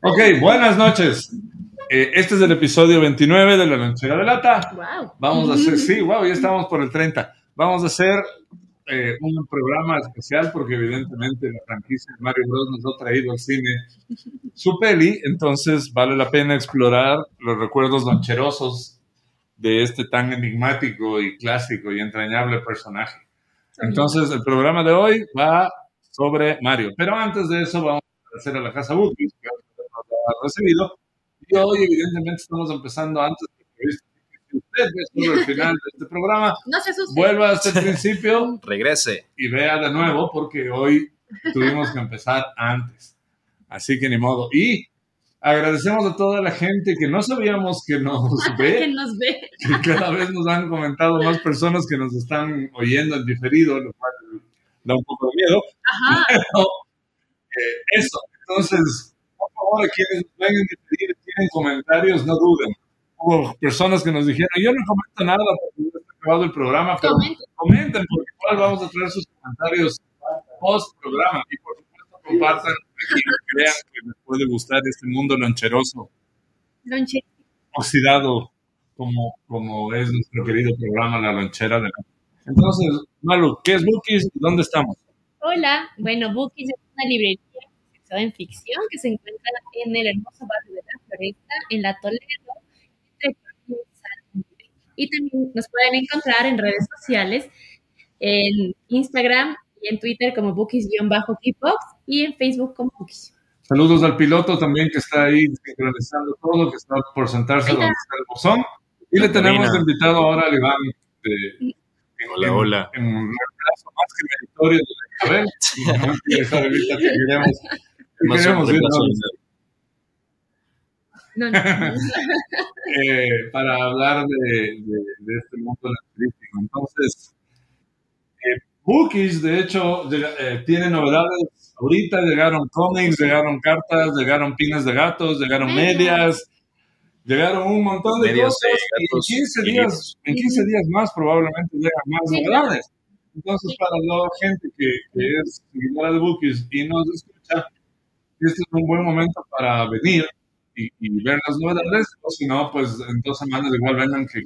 Ok, buenas noches. Eh, este es el episodio 29 de La Lonchera de Lata. Wow. Vamos a hacer, sí, wow, ya estamos por el 30. Vamos a hacer eh, un programa especial porque evidentemente la franquicia de Mario Bros nos ha traído al cine su peli, entonces vale la pena explorar los recuerdos loncherosos de este tan enigmático y clásico y entrañable personaje. Entonces, el programa de hoy va sobre Mario. Pero antes de eso, vamos a agradecer a la Casa Bookies, que nos ha recibido. Y hoy, evidentemente, estamos empezando antes de que si usted ve solo el final de este programa. No se asusten. Vuelva hasta el principio regrese. y vea de nuevo, porque hoy tuvimos que empezar antes. Así que ni modo. Y agradecemos a toda la gente que no sabíamos que nos ve. Que nos ve. Y cada vez nos han comentado más personas que nos están oyendo en diferido, lo cual da un poco de miedo. Ajá. Pero, eh, eso, entonces, por favor, a quienes nos ven en diferido, tienen comentarios, no duden. Hubo personas que nos dijeron, yo no comento nada porque ya está acabado el programa, pero Comenten. comenten, porque igual vamos a traer sus comentarios post programa y por supuesto compartan a quien crean que les puede gustar este mundo loncheroso Lonche. oxidado como, como es nuestro querido programa La Lonchera de la... Entonces, Malu, ¿qué es Bookies y dónde estamos? Hola. Bueno, Bookies es una librería especializada en ficción que se encuentra en el hermoso barrio de la Floresta, en la Toledo, entre Torreón y San Miguel. Y también nos pueden encontrar en redes sociales, en Instagram y en Twitter como Bookies-Kickbox y en Facebook como Bookies. Saludos al piloto también que está ahí sincronizando todo, que está por sentarse donde está el buzón. Y le tenemos Buena. invitado ahora al Iván. de- en- Hola, en- hola. En un reemplazo más que meritorio de Isabel. No esa bebida que queremos. que Más un queremos reemplazo irnos. de- No, no. eh, para hablar de, de- de este mundo lingüístico. Entonces, eh, Bookies, de hecho, llega- eh, tiene novedades. Ahorita llegaron cómics, llegaron cartas, llegaron pines de gatos, llegaron Medias. medias, llegaron un montón de Medias de cosas. y gatos en 15, y días, en 15 días más probablemente llegan más Sí, claro. novedades. Entonces, Sí. para la gente que, que es seguidora de Bookies y nos escucha, este es un buen momento para venir y, y ver las novedades, o si no, pues en dos semanas igual vengan que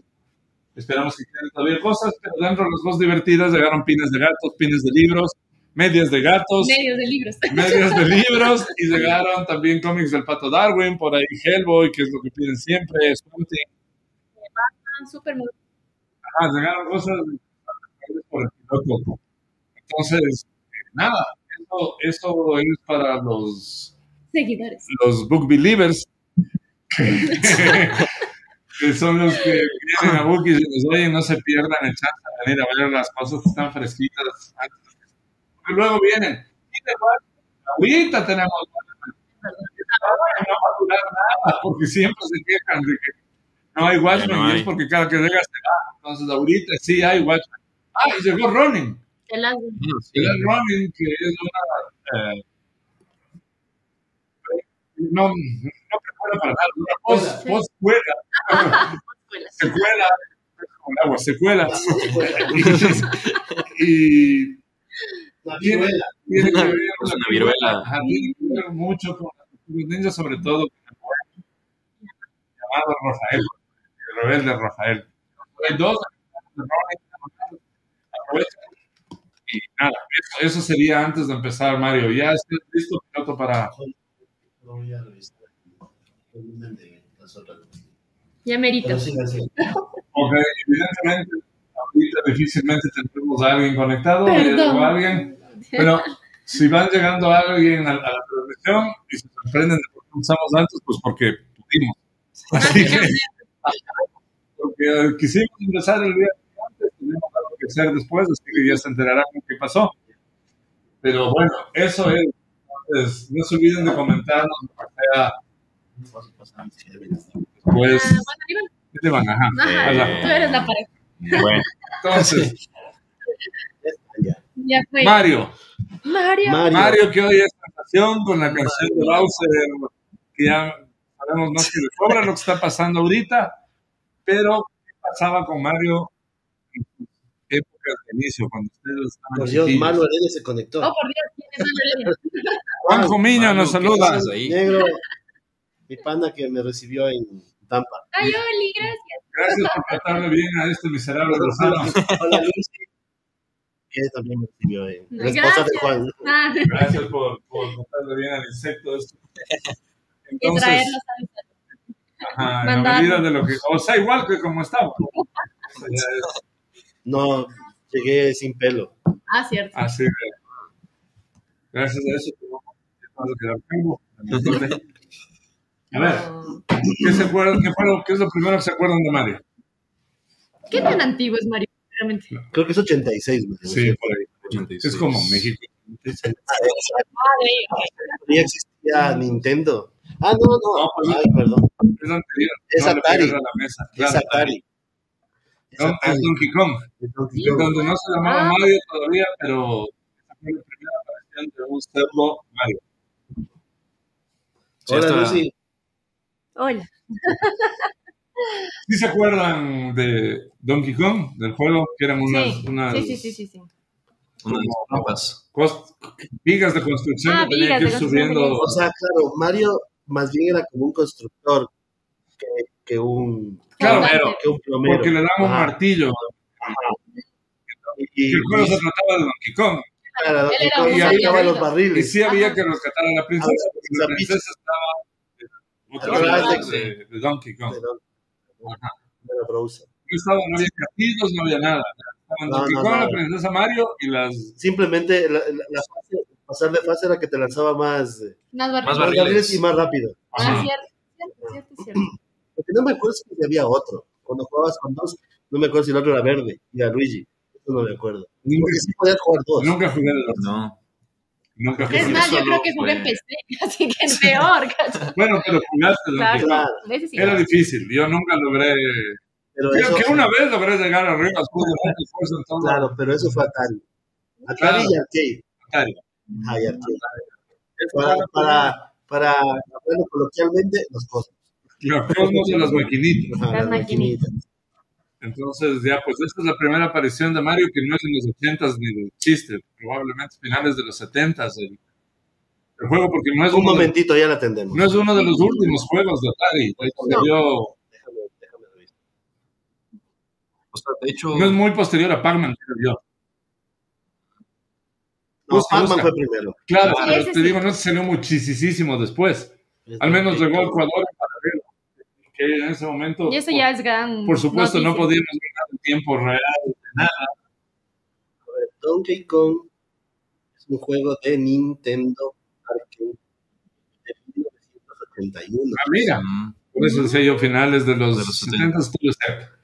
esperamos que queden todavía cosas, pero dentro de las cosas divertidas llegaron pines de gatos, pines de libros, medias de gatos, Medios de libros. medias de libros, y llegaron también cómics del Pato Darwin, por ahí Hellboy, que es lo que piden siempre, Swamp Superman. Ah, llegaron cosas por el piloto. Entonces, eh, nada, eso, eso es para los, Seguidores. los book believers, que son los que vienen a Bookies y nos oyen, no se pierdan el chance de venir a ver las cosas que están fresquitas. antes. Porque luego vienen. Y de nuevo, ahorita tenemos. Ahora no va a durar nada, porque siempre se quejan de que no hay Watchmen Ya no y hay. es porque cada que llega se va. Entonces, ahorita sí hay Watchmen. Ah, y llegó Ronin. Te las- Mm, sí. Llegó Ronin, que es una. eh, no, no prepara para nada, una voz, Sí. voz fuera escuelas. secuela, con agua, secuela. y tiene, tiene que ver Es una viruela. ajá, tiene que ver mucho con las tortugas ninja, sobre todo con el poeta llamado Rafael, el rebelde Rafael. Hay dos errores, aprovechan. y nada, eso, eso sería antes de empezar, Mario. ¿Ya estás listo, piloto, para No voy a revisar el de las otras. Ya merito. Pero sí, gracias. Ok, evidentemente, ahorita difícilmente tendremos a alguien conectado, ya Perdón. llegó alguien, pero si van llegando alguien a, a la transmisión y se sorprenden de por qué usamos antes, pues porque pudimos. Así que, porque quisimos empezar el día antes, tenemos algo que hacer después, así que ya se enterarán de qué pasó. Pero bueno, eso es. Entonces, no se olviden de comentarnos, o sea, Ah, pues, Ah, bueno, Iván, ¿qué te van? Ajá. ajá, Hola. tú eres la pareja. Bueno, Entonces, Ya. Ya fue. Mario. Mario. Mario, que hoy es sensación con la canción de Bowser, que ya sabemos más que de sobra lo que está pasando ahorita, pero ¿qué pasaba con Mario en sus épocas de inicio, cuando ustedes estaban Por Pues Dios, chiquillos? Manu Arena se conectó. Oh, por Dios, ¿quién es Manuel Arena? Juanjo Miño nos Manu, ¿qué saluda. haces ahí? Negro, mi pana que me recibió en Tampa. Ay, Oli, gracias. Gracias por tratarme bien a este miserable gusano. Hola, Lucy. Que también me recibió en la esposa Gracias. de Juan. Ah, Gracias por, por tratarme bien al insecto. este. y Entonces, traerlos a mi casa. ajá, en la mandar. medida de lo que. O sea, igual que como estaba. O sea, ya es No, llegué sin pelo. Ah, cierto. así de- Gracias a eso. que no- que no le quedaba calvo. A ver, No. ¿qué, se acuerdan, qué, fue lo- qué es lo primero que se acuerdan de Mario? ¿Qué tan antiguo es Mario? Realmente. Creo que es 86, güey. por ahí. 86. Es como México. Ah, Ah, Ya existía Nintendo. Ah, no, No, no. pues- Ay, perdón. Es anterior. Es no le Atari. pegues a la mesa. Es Claro. Atari. Es No, es Atari. Donkey Kong. Es Donkey En Kong. donde no se llamaba Ah. Mario todavía, pero esa fue la primera aparición de un cerdo Mario. Sí, Hola, está- Lucy. Hola. ¿Sí se acuerdan de Donkey Kong, del juego? Que eran unas, Sí. unas Sí, sí, sí, sí, sí. Una de las papas. cos- vigas de construcción Ah, que tenía vigas que ir de construcción subiendo. O sea, claro, Mario más bien era como un constructor que, que un Claro, Cantante. pero- que un plomero. Porque le daban un Ajá. martillo. Y, Y el juego se trataba de Donkey Kong. claro, Él era Donkey Kong un sacaba soldadero. los Y barriles. sí había Ajá. que rescatar a la princesa, Ah, porque esa la princesa estaba eh, Atrás otra de- vez de, de Donkey Kong. Pero- Ajá. pero Bowser. No, estaba, no había castillos, no había nada. Estaban No, Donkey no, Kong, no. la princesa Mario y las Simplemente la, la- la fase, pasar de fase era que te lanzaba más, eh, Más Más barriles. más barriles. barriles y más rápido. Ah, Ajá. cierto. Cierto, cierto, cierto. Porque no me acuerdo si había otro. Cuando jugabas con dos, no me acuerdo si el otro era verde y era Luigi. Eso no me acuerdo. Nunca, Porque sí podías jugar dos. nunca jugué de los. No. Nunca Es jugué. más, yo Solo creo que jugué en fue- PC, así que es peor, cacho. Bueno, pero jugaste de Claro. Claro, Ese sí. Era difícil. Yo nunca logré. pero Creo eso, que una vez logré llegar arriba. después de mucho esfuerzo en todo. claro, pero eso fue Atari. Claro. Atari y Arcade. Atari. Ajá, y Arcade. Para, para, para hablarlo coloquialmente, los cosmos. Los cosmos y las maquinitas. Ajá, Las las maquinitas. maquinitas. Entonces, ya, pues esta es la primera aparición de Mario que no es en los 80s ni del chiste. Probablemente finales de los 70s. El, el juego, porque no es, Un uno de, momentito, ya la atendemos. no es uno de los últimos juegos de Atari. Ahí No. salió- Déjame, déjame revisar. O sea, de hecho, No. es muy posterior a Pac-Man, creo yo. No, Busca, Pac-Man busca. fue primero. Claro, Sí, pero ese te sí. digo, no salió muchísimo después. Al menos llegó a Ecuador en paralelo. Que en ese momento, Y eso ya es gran. por, por supuesto, no noticia. podíamos ganar en tiempo real. A ver, Donkey Kong es un juego de Nintendo Arcade de 1981. Ah, mira, mm, por eso decía yo, finales de los, De los 70. 70, estuvo cerca.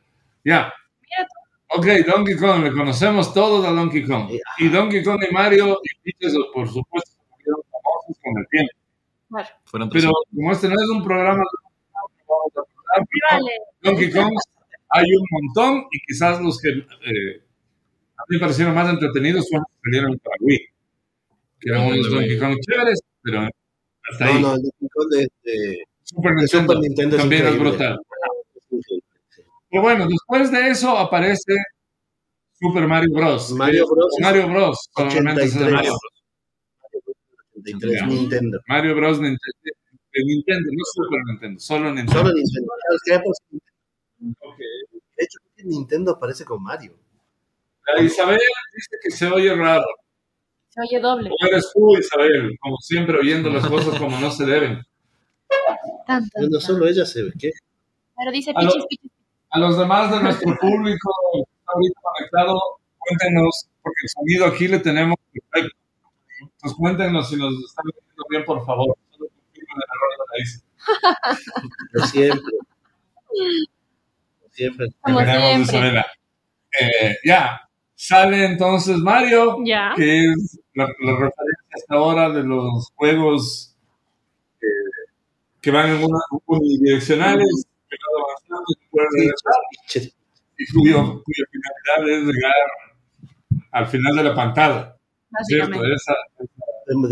Ya. Mira Ok, Donkey Kong, le conocemos todos a Donkey Kong. Sí. Y Donkey Kong y Mario, y Peaches, por supuesto, se volvieron famosos con el tiempo. Claro. fueron tres. Pero como este no es un programa de vamos a hablar, Sí, vale. Donkey Kong hay un montón y quizás los que eh, a mí me parecieron más entretenidos fueron los que salieron para Wii, que eran unos Donkey Kong chéveres, pero hasta Ah, No, ahí. no, el Donkey Kong de, de- Super de Nintendo Super Nintendo es también es increíble. brutal. Es increíble. Pero bueno, después de eso aparece Super Mario Bros. Mario que- Bros. Mario Bros. Solamente es 83. de Mario. Ya. 83 Nintendo. Mario Bros. Nintendo, de Nintendo, no Super Nintendo, solo Nintendo. Solo Nintendo. Claro, es que ya por- Ok. De hecho, creo que Nintendo aparece con Mario. La Isabel dice que se oye raro. Se oye doble. ¿Cómo eres tú, Isabel? Como siempre, oyendo las cosas como no se deben. Tan, tan, Pero no tan. solo ella se ve. ¿Qué? Pero dice Aló. pichis, pichis. A los demás de nuestro público que está ahorita conectado, cuéntenos, porque el sonido aquí le tenemos perfecto. Entonces cuéntenos si nos están viendo bien, por favor. Solo confirmen el error de la isla. Por siempre. Por siempre. Te Como queremos, siempre. Isabela. Eh, ya, sale entonces Mario, Ya. que es la, la referencia hasta ahora de los juegos eh, que van en una, unidireccionales, que van avanzando y pueden regresar. Che, y cuyo, cuya finalidad es llegar al final de la pantalla. ¿Cierto? Básicamente. Esa,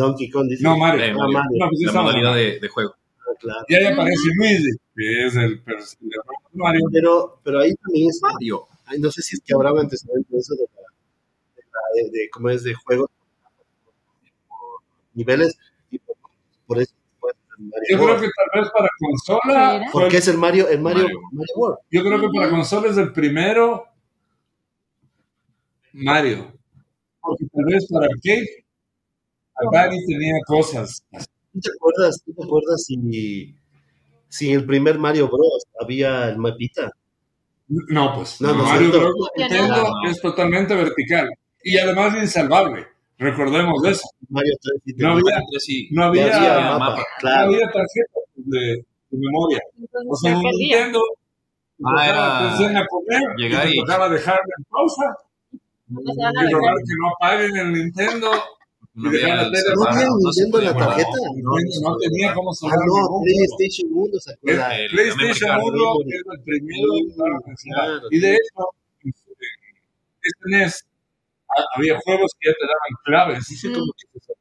Donkey Kong dice. no, Mario. Eh, Ah, Mario. No, pues la esa- modalidad de, de juego. Ah, claro. Y ahí aparece Luigi, que es el pers- el hermano de Mario. Pero, pero ahí también es. Mario. Ay, no sé si es que habrá un antecedente de eso de, la, de, la- de- de cómo es de juego por niveles y por, por eso puede ser Mario Yo creo World. que tal vez para consola. ¿Será? fue el- Porque es el Mario, el Mario, Mario. Mario World. yo creo que para consola es el primero. Mario. Porque tal vez para arcade. Atari tenía cosas. ¿Tú te acuerdas, tú te acuerdas si, si en el primer Mario Bros había el mapita? No, pues. No, no es Mario cierto. Ah, Bros. Nintendo No, no. es totalmente vertical. Y además insalvable. Recordemos eso. Mario 3 y No había, Sí. Pues no ya había, había no mapa, mapa. claro. Ah, había tarjetas de, de memoria. O Entonces, sea, ya en perdía. Nintendo. te Ah, tocaba, era- te enseñan a comer, llegar y te y- tocaba dejar en pausa No se van Ah, a y rogar dejar. que no apaguen el Nintendo. No Y había dejar la el tele. ¿No celular, tiene se Nintendo podía la guardar. tarjeta? No, no tenía cómo Ah, sonar no, ningún juego. PlayStation 1, ¿se acuerdan? Este, El- la PlayStation memory card, 1 ¿no? es el primero en estar organizado. Claro, Y de hecho, en este NES ha- había juegos que ya te daban claves. Dice como que se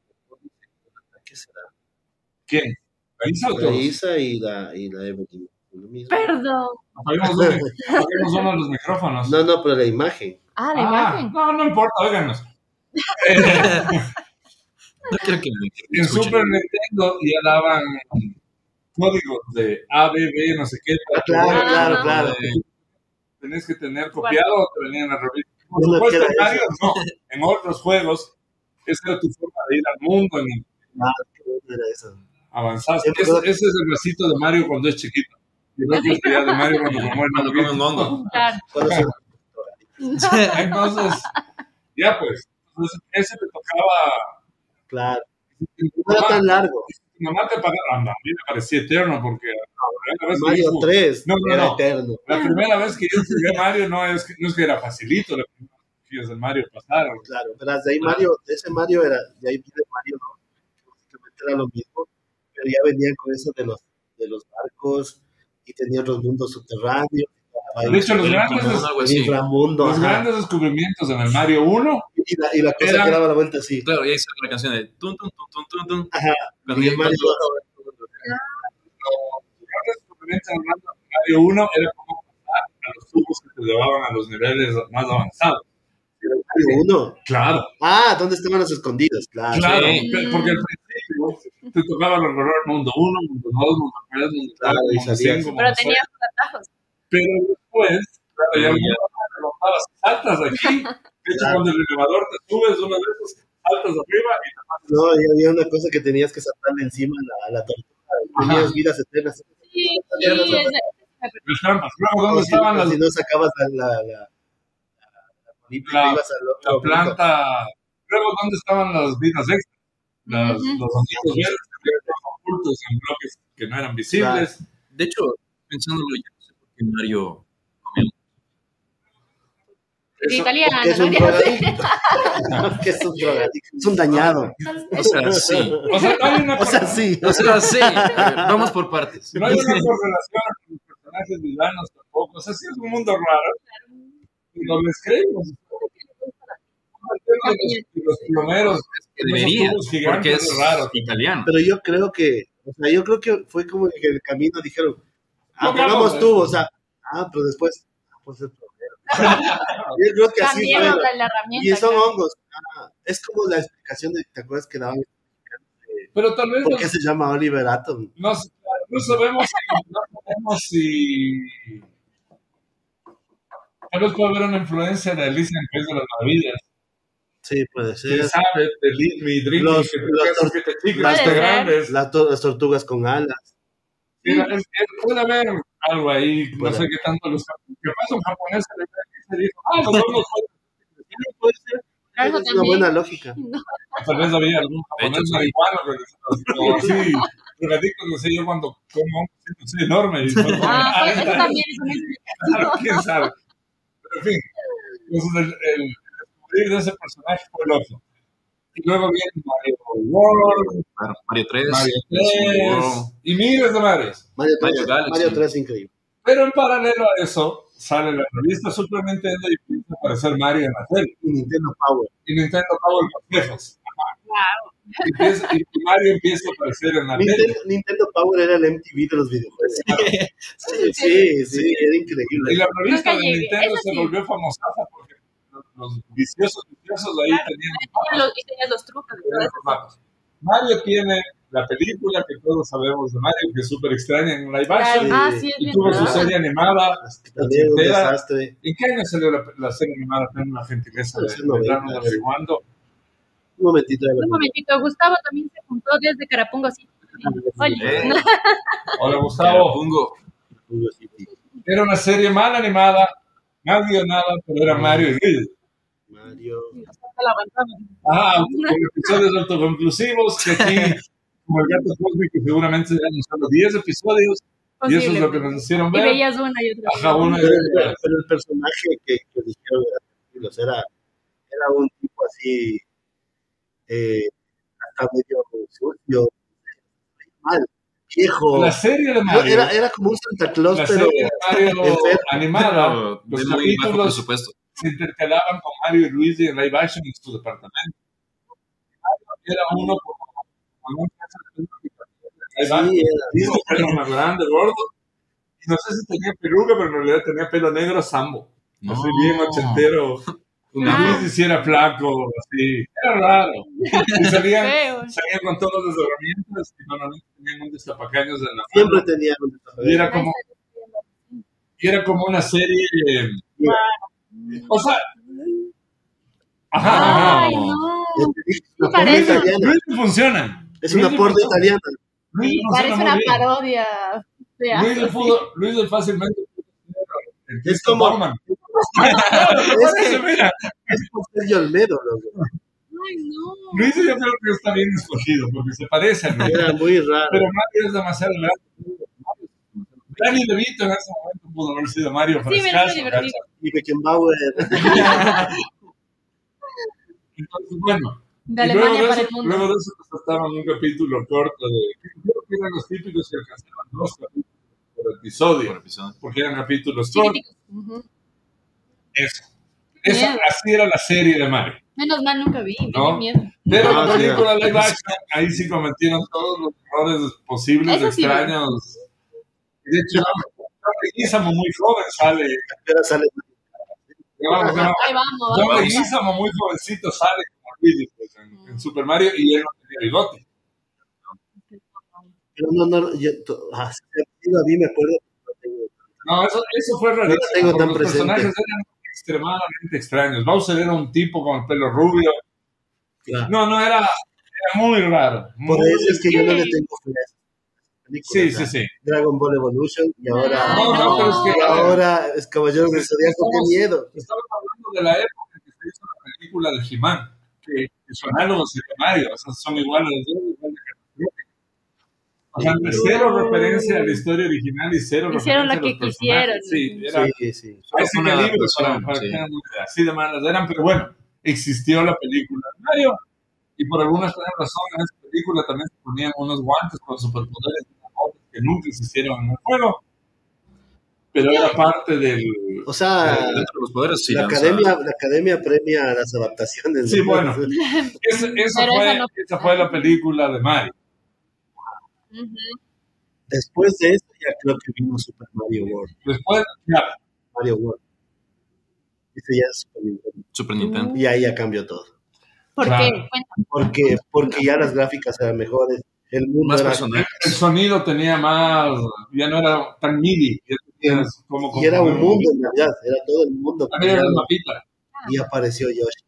¿Qué será? ¿Quién? Ahí hizo La todos. Isa y la, y la Evelyn. lo mismo. Perdón. Apaguemos uno- apaguemos uno de los micrófonos. No, no, pero la imagen. Ah, la Ah, imagen. no, no importa, óiganos. No quiero que me En escuchen. Super Nintendo ya daban códigos de ABB, no sé qué. Ah, claro, claro, claro. Tenés que tener copiado o te venían a revista. Por Bueno, supuesto, ¿qué en era Mario no. En otros juegos, esa era tu forma de ir al mundo, en Ah, qué bueno era eso. avanzaste. Sí, me Ese, acuerdo. ese es el vasito de Mario cuando es chiquito. Y el otro es ya de Mario cuando como el Cuando come un hongo. Claro. Cuando se- Entonces, ya pues, entonces, ese te tocaba. Claro. Tu No era mamá, tan largo. tu mamá te pagaba. Anda, a mí me parecía eterno porque la primera vez que Mario yo- 3 No, no, era no. eterno. la primera vez que yo jugué Mario no es, que, no es que era facilito. La primera vez que yo de Mario pasaron. Claro, pero de ahí Mario, de ese Mario era, de ahí viene Mario, ¿no? Básicamente era lo mismo, pero ya venían con eso de los, de los barcos y tenían los mundos subterráneos. De hecho, los El grandes, común, algo así. inframundo. los ajá. grandes descubrimientos en el Mario 1 Y, la, y la cosa Era- que daba la vuelta así. Claro, y ahí sale la canción de tun, tun, tun, tun, tun, tun. Ajá. Cuando Y el ya- Mario, Realmente, Hernando, Mario 1 era como pasar a los tubos que te llevaban a los niveles más avanzados. Mario 1. Claro, Ah, ¿dónde estaban los escondidos? Claro. claro, sí. pe- porque al principio te tocaba recorrer mundo 1, mundo 2, mundo 3, mundo 4, Claro, y mundo salías. 5, mundo Pero 6. tenía atajos. Pero después, claro, ya Ya. mundo uno te montabas, saltas aquí, de hecho, Claro. cuando el elevador te subes una de esas, saltas arriba y te pasas. No, y había una cosa que tenías que saltarle encima a la, a la tortuga. y Ajá. Tenías vidas eternas. Sí, sí, Ya no esa- Las trampas. Luego, O ¿dónde si- estaban o las si no sacabas la, la, la, la, bolita y La- te ibas al otro la mundo. planta. Luego, ¿dónde estaban las vidas extras? Las, Ujú. Los amigos verdes que estaban ocultos en bloques que no eran visibles. De hecho, pensándolo, yo no sé por qué Mario comió. de Eso- italiana, Que es Ah, ¿no? un Ya no sé. drogadicto. Que es un drogadicto. Es un dañado. O sea, sí. o sea, no hay una, O sea, correlación sí. O sea, sí. A ver, Vamos por partes. no hay una correlación con los personajes villanos tampoco. O sea, sí es un mundo raro. Y lo mezclamos. Y los plomeros. Debería, esos tubos Pues gigantes porque es raros. italiano. Pero yo creo que, o sea, yo creo que fue como que el camino dijeron, ah, Pongamos pongamos esto. tú, o sea, ah, pero después, ah, pues es problema. Yo creo que así Cambiaron fue. la, la Y herramienta. son claro. hongos. Ah, es como la explicación de, ¿te acuerdas que daban? Pero tal vez ¿Por los qué se llama Oliver Atom? no, no sabemos, no sabemos si. Tal vez puede haber una influencia de Alicia en País de las Maravillas. Sí, puede ser. ¿Quién sabe? De Lee- mi drink, Los- que te los- casas, que te chicas, las- que te grandes. Las, to- las tortugas con alas. Mira, es- es- puede haber algo ahí, no Puede. sé qué tanto los que más un japonés se le se dijo, ah, los hongos son- puede ser. Claro, es una también. buena lógica. Tal vez había algún De hecho, japonés sí. marihuano, pero así, drogadicto, no sé, yo cuando como, soy enorme. y soy- Ah, Ah, pues, está eso ahí. también es una explicación. Claro, quién sabe. Pero en fin, entonces el, el descubrir de ese personaje fue loco. Y luego viene Mario World, Claro, Mario 3. Mario 3 World. y miles de Marios. Mario Mario 3, Galaxy. Mario 3 increíble. Pero en paralelo a eso, sale la revista Super Nintendo y empieza a aparecer Mario en la tele. Y Nintendo Power. Y Nintendo Power los lejos. Y, empieza- y Mario empieza a aparecer en la tele. Nintendo, Nintendo Power era el MTV de los videojuegos. Sí, sí, sí, era Y increíble. la revista de Nunca llegué. Nintendo Eso se sí. volvió famosa porque los, los viciosos, viciosos ahí tenían Claro, y tenías los trucos. y todo eso. Mario tiene la película que todos sabemos de Mario, que es súper extraña en live action. Ah, sí, Y es tuvo verdad. su serie animada. También un ochentera. desastre. ¿En qué año salió la, la serie animada? Tengo la gentileza de Pues en los estarnos noventas. averiguando. Un momentito. ya Un lo- momentito, Gustavo también se juntó desde Carapungo City. Oli. Eh, Hola, Gustavo, Gustavo. Pungo. Era una serie mal animada, mal guionada, pero Ah. era Mario y Luigi. Mario. Nosotros la aguantamos. Ajá, con episodios autoconclusivos que aquí, como el gato cósmico, seguramente eran solo 10 episodios. Y eso es lo que nos hicieron Y ver. veías una y otra. Ajá, una Pero, pero- pero el personaje que, que eligieron era, Tranquilos, era, era un tipo así, eh, hasta medio sucio, mal, viejo. La serie de Mario. Era, era como un Santa Claus, la pero serie de Mario enfermo. animada, Pero los de muy bajo capítulos presupuesto. se intercalaban con Mario y Luigi en live action en su departamento. Mario era uno como, como un live action, sí, era. mismo pelo más grande, gordo. Y no sé si tenía peluca, pero en realidad tenía pelo negro sambo. No. Así bien ochentero. Y Ah. Luigi sí era flaco, así. Era raro. Y salían, Feo. salían con todas las herramientas y normalmente tenían un destapacaños en la mano. Siempre tenía un Y era como, Ahí está diciendo. y era como una serie. eh, o sea. Ajá, Ay, ajá. no. Es una porno parece. italiana. Luis italiana. Es una Luis porno funciona- italiana. Luis funciona Parece muy una bien. parodia. fea. Luis le pudo- Luis le fácilmente. Es como- Norman. Es que mira, es por Sergio Olmedo, loco. Ay, no. Luis yo creo que está bien escogido porque se parece a Luis. Era muy raro. Pero Mario es demasiado grande. Danny DeVito en ese momento pudo haber sido Mario Sí, me Frescaso, divertido. ¿cachai? Y Beckenbauer. Entonces, bueno. De y luego, Alemania de para eso, el mundo. luego de eso nos saltaban un capítulo corto de. Creo que eran los típicos que alcanzaban dos capítulos por Por episodio, episodio. porque eran capítulos cortos. Chiquiticos. Ujú. Eso. Eso, Miedo. así era la serie de Mario. Menos mal nunca vi. me No. dio miedo. Pero Ah, la sí, película live action, ahí sí cometieron todos los errores posibles, Eso sí, extraños. Y De hecho, John Leguizamo muy joven sale. Ahora sale No, no, no. Ahí vamos, vamos. Mm. John Leguizamo muy jovencito sale como Luigi pues, en, en Super Mario y él no tenía bigote. Pero no, no, yo, to- ah, sí, sí, a mí me acuerdo. pero tengo- No, eso, eso fue rarísimo. No lo tengo porque tan los presente. personajes eran extremadamente extraños. Bowser era un tipo con el pelo rubio. Claro. No, no, era, era muy raro. Por muy- eso es que yo no le Sí. tengo fe a esas películas, Sí, o sí, sea, sí. Dragon Ball Evolution y ahora. No, no, pero es que- y ahora es Caballeros del Zodiaco, qué Estamos- miedo. Estamos hablando de la época en que se hizo la película de He-Man, que, que su análogo sería Mario, o sea, son iguales los dos, igual de catastróficos. O sea, de cero referencia a la historia original y cero Hicieron lo referencia que a los personajes. quisieron. Sí, era Sí, sí. a ese Una calibre para, adaptación, para sí. que tengan una idea. así de malas eran, pero bueno, existió la película de Mario, y por alguna extraña razón en esa película también se ponían unos guantes con superpoderes y cosas que nunca existieron en el juego, pero era parte del... O sea, Dentro de los poderes, sí. la, o sea, academia, la academia premia las adaptaciones. Sí, ¿no? bueno. Esa, esa Pero fue, esa no- esa fue la película de Mario. Ujú. Después de eso, ya creo que vimos Super Mario World. Después, ya, Mario World. Ese ya es Super Nintendo. Super Nintendo. Y ahí ya cambió todo. ¿Por Claro. qué? Cuéntame. Porque, porque ya las gráficas eran mejores. El uh, mundo Más era. personajes. el sonido tenía más, ya no era tan midi, ya tenías como Y era un como- mundo en realidad. Era todo el mundo. También era el mapita. Y apareció Yoshi.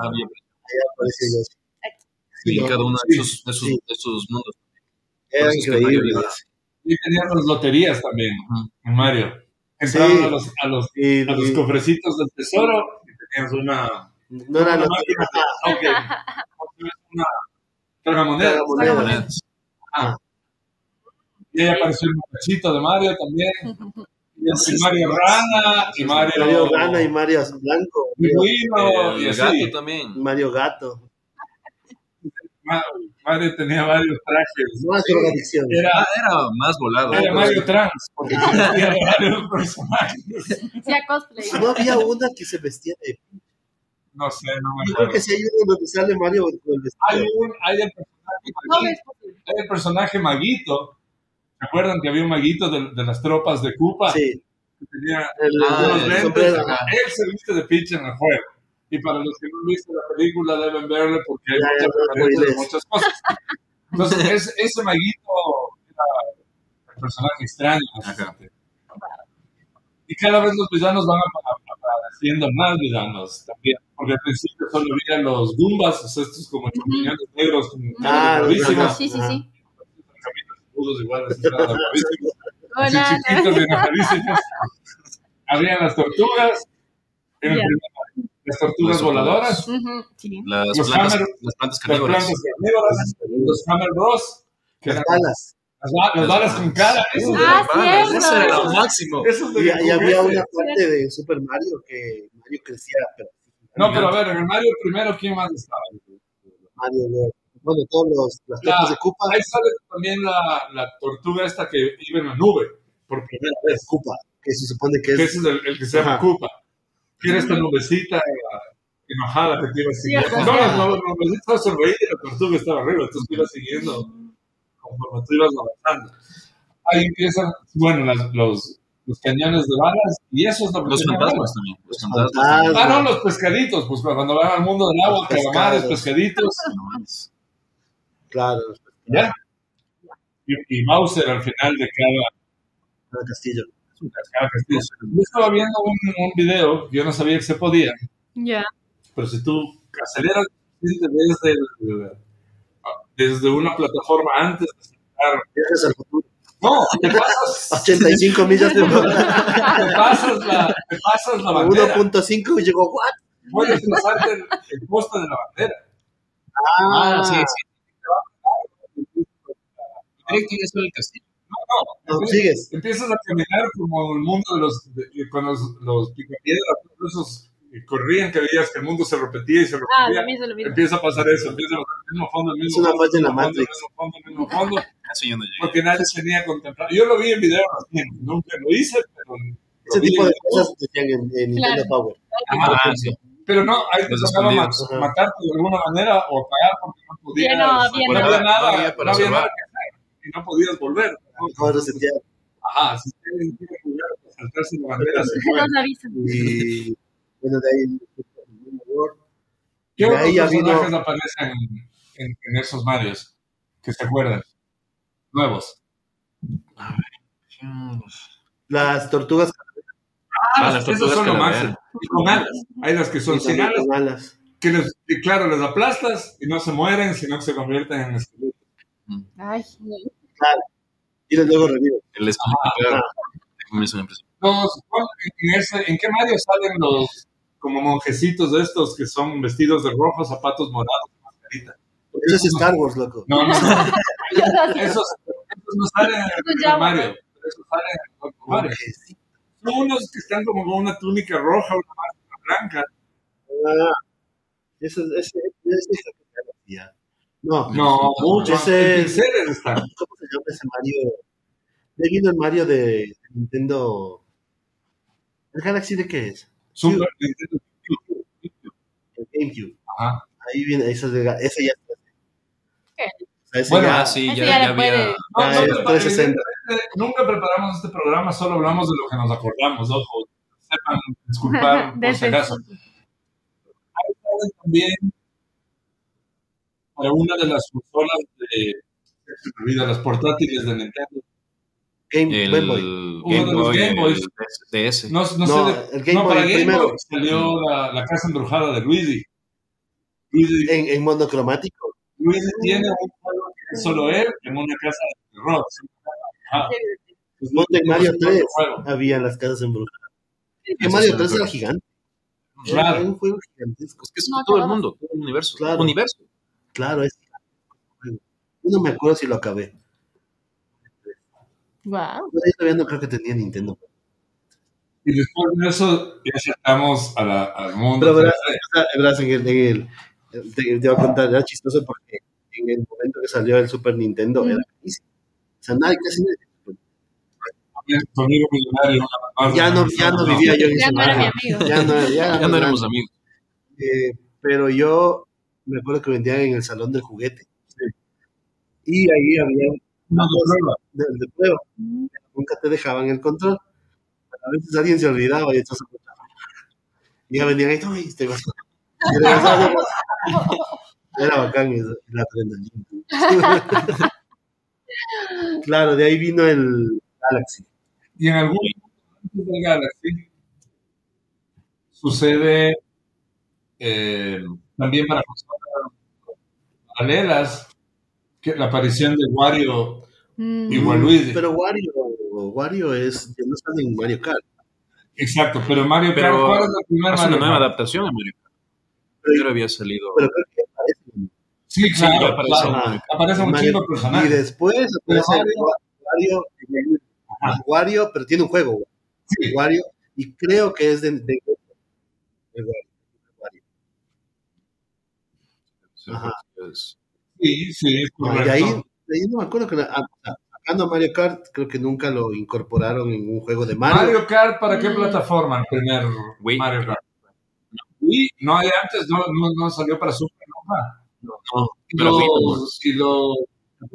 Ah, bien. Ahí apareció Yoshi. Y Sí, no, cada uno de sí, esos, de esos, sí. de esos mundos. Era Entonces, que increíble. Mario Ah, Y tenías las loterías también Ujú. en Mario. Entraban Sí. a, los, a, los, Y, a los y cofrecitos del tesoro y tenías una, Ah, no era una lo que máquina de- ok, una tragamonedas. Tragamonedas. Monedas. Y ahí apareció el muchachito de Mario también. Y así Mario Rana y Mario, Mario Rana y Mario Blanco. Mario, Pingüino, y El así. gato también. Mario Gato. Ma- Mario tenía varios trajes. No es drogadicción. Era, Ah, era más volado. pues, era pero Mario Trans, porque tenía varios personajes. Hacía cosplay. No había una que se vestía de. No sé, no me Yo creo que acuerdo. si hay uno donde sale Mario con el Hay, vestido. un, hay, el No personaje, ves posible. hay el personaje Maguito. ¿Se acuerdan que había un Maguito de, de las tropas de Cupa? Sí. Que tenía El, Ah, unos el lentes. sombrero. Ajá. Él se viste de pitch en el juego. Y para los que no han visto la película, deben verla porque hay Ya, ya, muchas no referencias de spoilees. muchas cosas. Entonces, es- ese maguito era el personaje extraño. ¿no? Ajá. Y cada vez los villanos van ap- ap- apareciendo más villanos también. Porque al principio solo había los Goombas, o sea, estos como champiñones negros, como Ah, los rarísimos. Goombas. Sí, sí, sí. Caminos peludos igual, así, raros, rarísimos. Así Hola. chiquitos, bien rarísimos. Había las tortugas. en el Ya. primer- las tortugas Las tortugas. voladoras. Ujú, sí. Las Los plantas, Hammer- las plantas las carnívoras. plantas carnívoras, los Hammer Bros, que Las eran balas. las, ba- las balas con cara. Eso, Ah, Balas, cierto. Eso era lo máximo. eso es lo Y, que y había ocurre. una parte de Super Mario que Mario crecía, pero No, pero a ver, en el Mario primero, ¿quién más estaba? Mario World. Bueno, todos los, las La- tapas de Cupa, Ahí sale también la, la tortuga esta que iba en la nube, por primera vez, Cupa, que se supone que que es ese es el, el que se llama Ajá. Koopa. Tiene esta nubecita eh, enojada que te iba siguiendo. No, las nubes estaban sonreídas y la tortuga estaba arriba, entonces te iba siguiendo conforme tú ibas avanzando. Ahí empiezan, bueno, las- los, los cañones de balas y eso es lo que Los tenía fantasmas balas. también. Los fantasmas. fantasmas. Ah, no, los pescaditos, pues cuando van al mundo del agua, Los calamares, pescados. pescaditos, Nomás. claro, ya. Y, y Mauser al final de cada, el castillo. de cada castillo. Yo estaba viendo un, un video, yo no sabía que se podía, Ya. pero si tú aceleras desde, el- desde una plataforma antes de saltar, Viajes al futuro. no, te pasas, 85 millas por hora. te pasas la, te pasas la bandera, 1.5 y llegó, ¿what? puedes pasarte el, el poste de la bandera. Ah, sí, sí. Diré que eso era el castillo. No, No, sigues. Empiezas a caminar como el mundo de los, de- con los, los picapiedras, todos esos que corrían que veías que el mundo se repetía y se Ah, lo repetía. mismo, lo mismo. empieza a pasar eso, empieza a pasar el mismo fondo, el mismo Es una fondo, falla en el la mismo fondo, el Matrix. mismo fondo, el mismo fondo, Eso yo no llegué. porque nadie tenía contemplado. Yo lo vi en video recién, nunca lo hice, pero. lo Ese vi tipo en de YouTube. cosas que tenían en, en Claro. Nintendo Power. Ajá. Ah, sí. Pero no, ahí te Los tocaba ma- escondidos, ajá. matarte de alguna manera o pagar porque no podías. Ya no había no nada. nada, No había para no había nada salvar. que hacer y no podías volver. Ahora se tiene- Ajá, si tienen que jugar, pues, saltarse la bandera, se Nos puede. avisan. Y bueno, de ahí. World. ¿Qué De otros ahí ya vino- personajes aparecen en, en esos Marios que se acuerdan? Nuevos. pues. Las tortugas Ah, las esos tortugas son lo calavera. máximo. Y con alas. Hay las que son y sin también alas, con alas. que les, y claro, les aplastas y no se mueren, sino que se convierten en esqueletos. Ay, Y luego reviven. El esqueleto, claro. Me hizo una impresión. Los- ¿cuál- en, ese- ¿En qué Mario salen los como monjecitos de estos que son vestidos de rojo, zapatos morados y mascarita? Eso es Star Wars, loco. No, no, no. yo casi. Esos, esos no salen en el primer ya, Mario. Esos salen en el otro Mario. Son unos que están como con una túnica roja, una máscara blanca. Ah, eso es. Ese, ese es la No, No, mucho. Ese- En pinceles están. ¿Cómo se llama ese Mario? De vino el Mario de de Nintendo. ¿El Galaxy de qué es? Super Nintendo. El GameCube. Ajá. Ahí viene, ese, es de, ga- ese ya está. O sea, ese Bueno, ya- Ah, sí, Eso ya, ya ya lo había. puede. No, Ah, no, el pero 360. evidentemente Nunca preparamos este programa, solo hablamos de lo que nos acordamos, ojo. Sepan disculpar por si Desde- acaso. Ahí sale también para una de las consolas de se me olvida, las portátiles de Nintendo. Game, El Game Boy. Uno de los Game Game Boy, Boys. el DS. No, no, No, sé de, el Game no, Boy para Game primero. Boy salió la, la casa embrujada de Luigi. Luigi, En, en monocromático. Luigi tiene un juego que es solo él en una casa de terror. es una casa embrujada. Pues Ponte en Luigi Mario tiene su 3. propio juego. Había las casas en Brooklyn. Que Eso Mario sí, 3 era claro. gigante. Claro. Era un juego gigantesco. Pues Es que es No, todo el acababa. mundo, todo el universo. Claro. Universo. Claro, es gigantesco. Yo no me acuerdo si lo acabé. Wow. Yo todavía no creo que tenía Nintendo. Y después de eso ya saltamos a la- al mundo. Pero verás, 3D. o sea, verás, en el, en el- te, te voy a contar, era chistoso porque en el momento que salió el Super Nintendo Mm. era carísimo. O sea, nadie casi Tu amigo millonario, una vez ya más. no, ya no vivía yo en Ya ese no era mi barrio. amigo. Ya no, ya Ya no no éramos amigos. Eh, pero yo me acuerdo que vendían en el salón del juguete. Y ahí había No, no, no, no. de, de prueba. Nunca te dejaban el control. A veces alguien se olvidaba y entonces este y ya vendían ahí, "Ay, te vas". Y regresaba, Era bacán eso, la adrenalina. claro, de ahí vino el Galaxy. Y en algún momento del Galaxy sucede eh, también para consolas paralelas que la aparición de Wario Mm. y Waluigi. Pero Wario, Wario es, que no sale en Mario Kart. Exacto, pero Mario Kart, Pero ¿cuál es la primera Es una Mario nueva Kart? adaptación a Mario Kart. Primero había salido. Pero creo que aparece. Sí, Sí, claro, aparece claro. Mario. Aparece Ah, un Mario- chingo de Y personajes. después aparece Mario- Wario, Ajá. Wario, pero tiene un juego. Sí. Wario, y creo que es de, de- de Wario. Ajá. Pues, Sí, sí, es Ah, correcto. De ahí, de ahí no me acuerdo que la- ah, sacando a Mario Kart, creo que nunca lo incorporaron en un juego de Mario. Mario Kart, ¿para qué Mm. plataforma el primer Wii. Mario Kart? Wii, no hay antes, no, no, no salió para Super Nova. no, Y pero Wii no. los, y los, el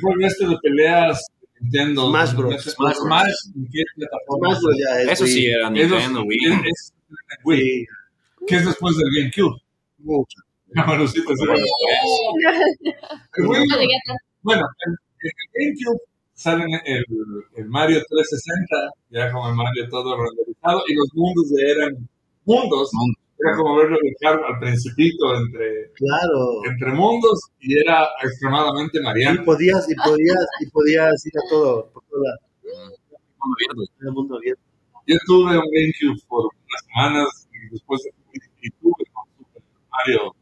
juego este de peleas de Nintendo. Smash Bros. Smash, Smash Bros. Smash, ¿en qué plataforma? Más lo ya es Eso Wii. sí era Es los- Nintendo, Wii. es- es- Wii, Wii, que es después del GameCube. mucho. Camaroncito, sí. El Wii, No llegué a tanto. Bueno, en, en el GameCube salen el, el Mario 360, ya como el Mario todo renderizado, y los mundos ya eran mundos. Mundos. Era como verlo viajar al principito entre, Claro. entre mundos y era extremadamente Y mariano. podías, y podías, y podías ir a todo, por todo la- Mundo abierto. todo el mundo abierto. Yo tuve un GameCube por unas semanas y después y tuve con Super Mario,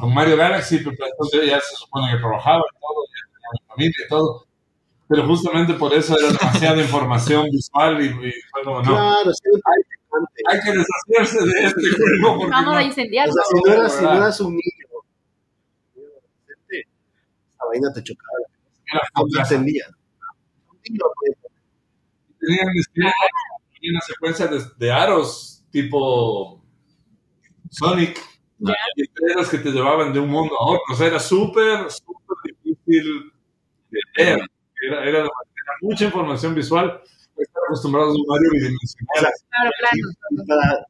con Mario Galaxy, pero entonces yo ya se supone que trabajaba y todo, ya tenía mi familia y todo. Pero justamente por eso era demasiada información visual y, y fue como, no. Claro, sí, era interesante. hay que deshacerse de este juego porque Vamos no- a incendiar. O sea, si no eras, si no eras un niño, un niño adolescente, esa vaina te chocaba, era no te puta. entendía. Un niño, pues, Tenían este- tenía una secuencia de, de aros tipo Sonic y estrellas que te llevaban de un mundo a otro. O sea, era súper, súper difícil de ver. Era, era, era mucha información visual. Estar acostumbrados a un Mario bidimensional. Claro, claro. si fuera-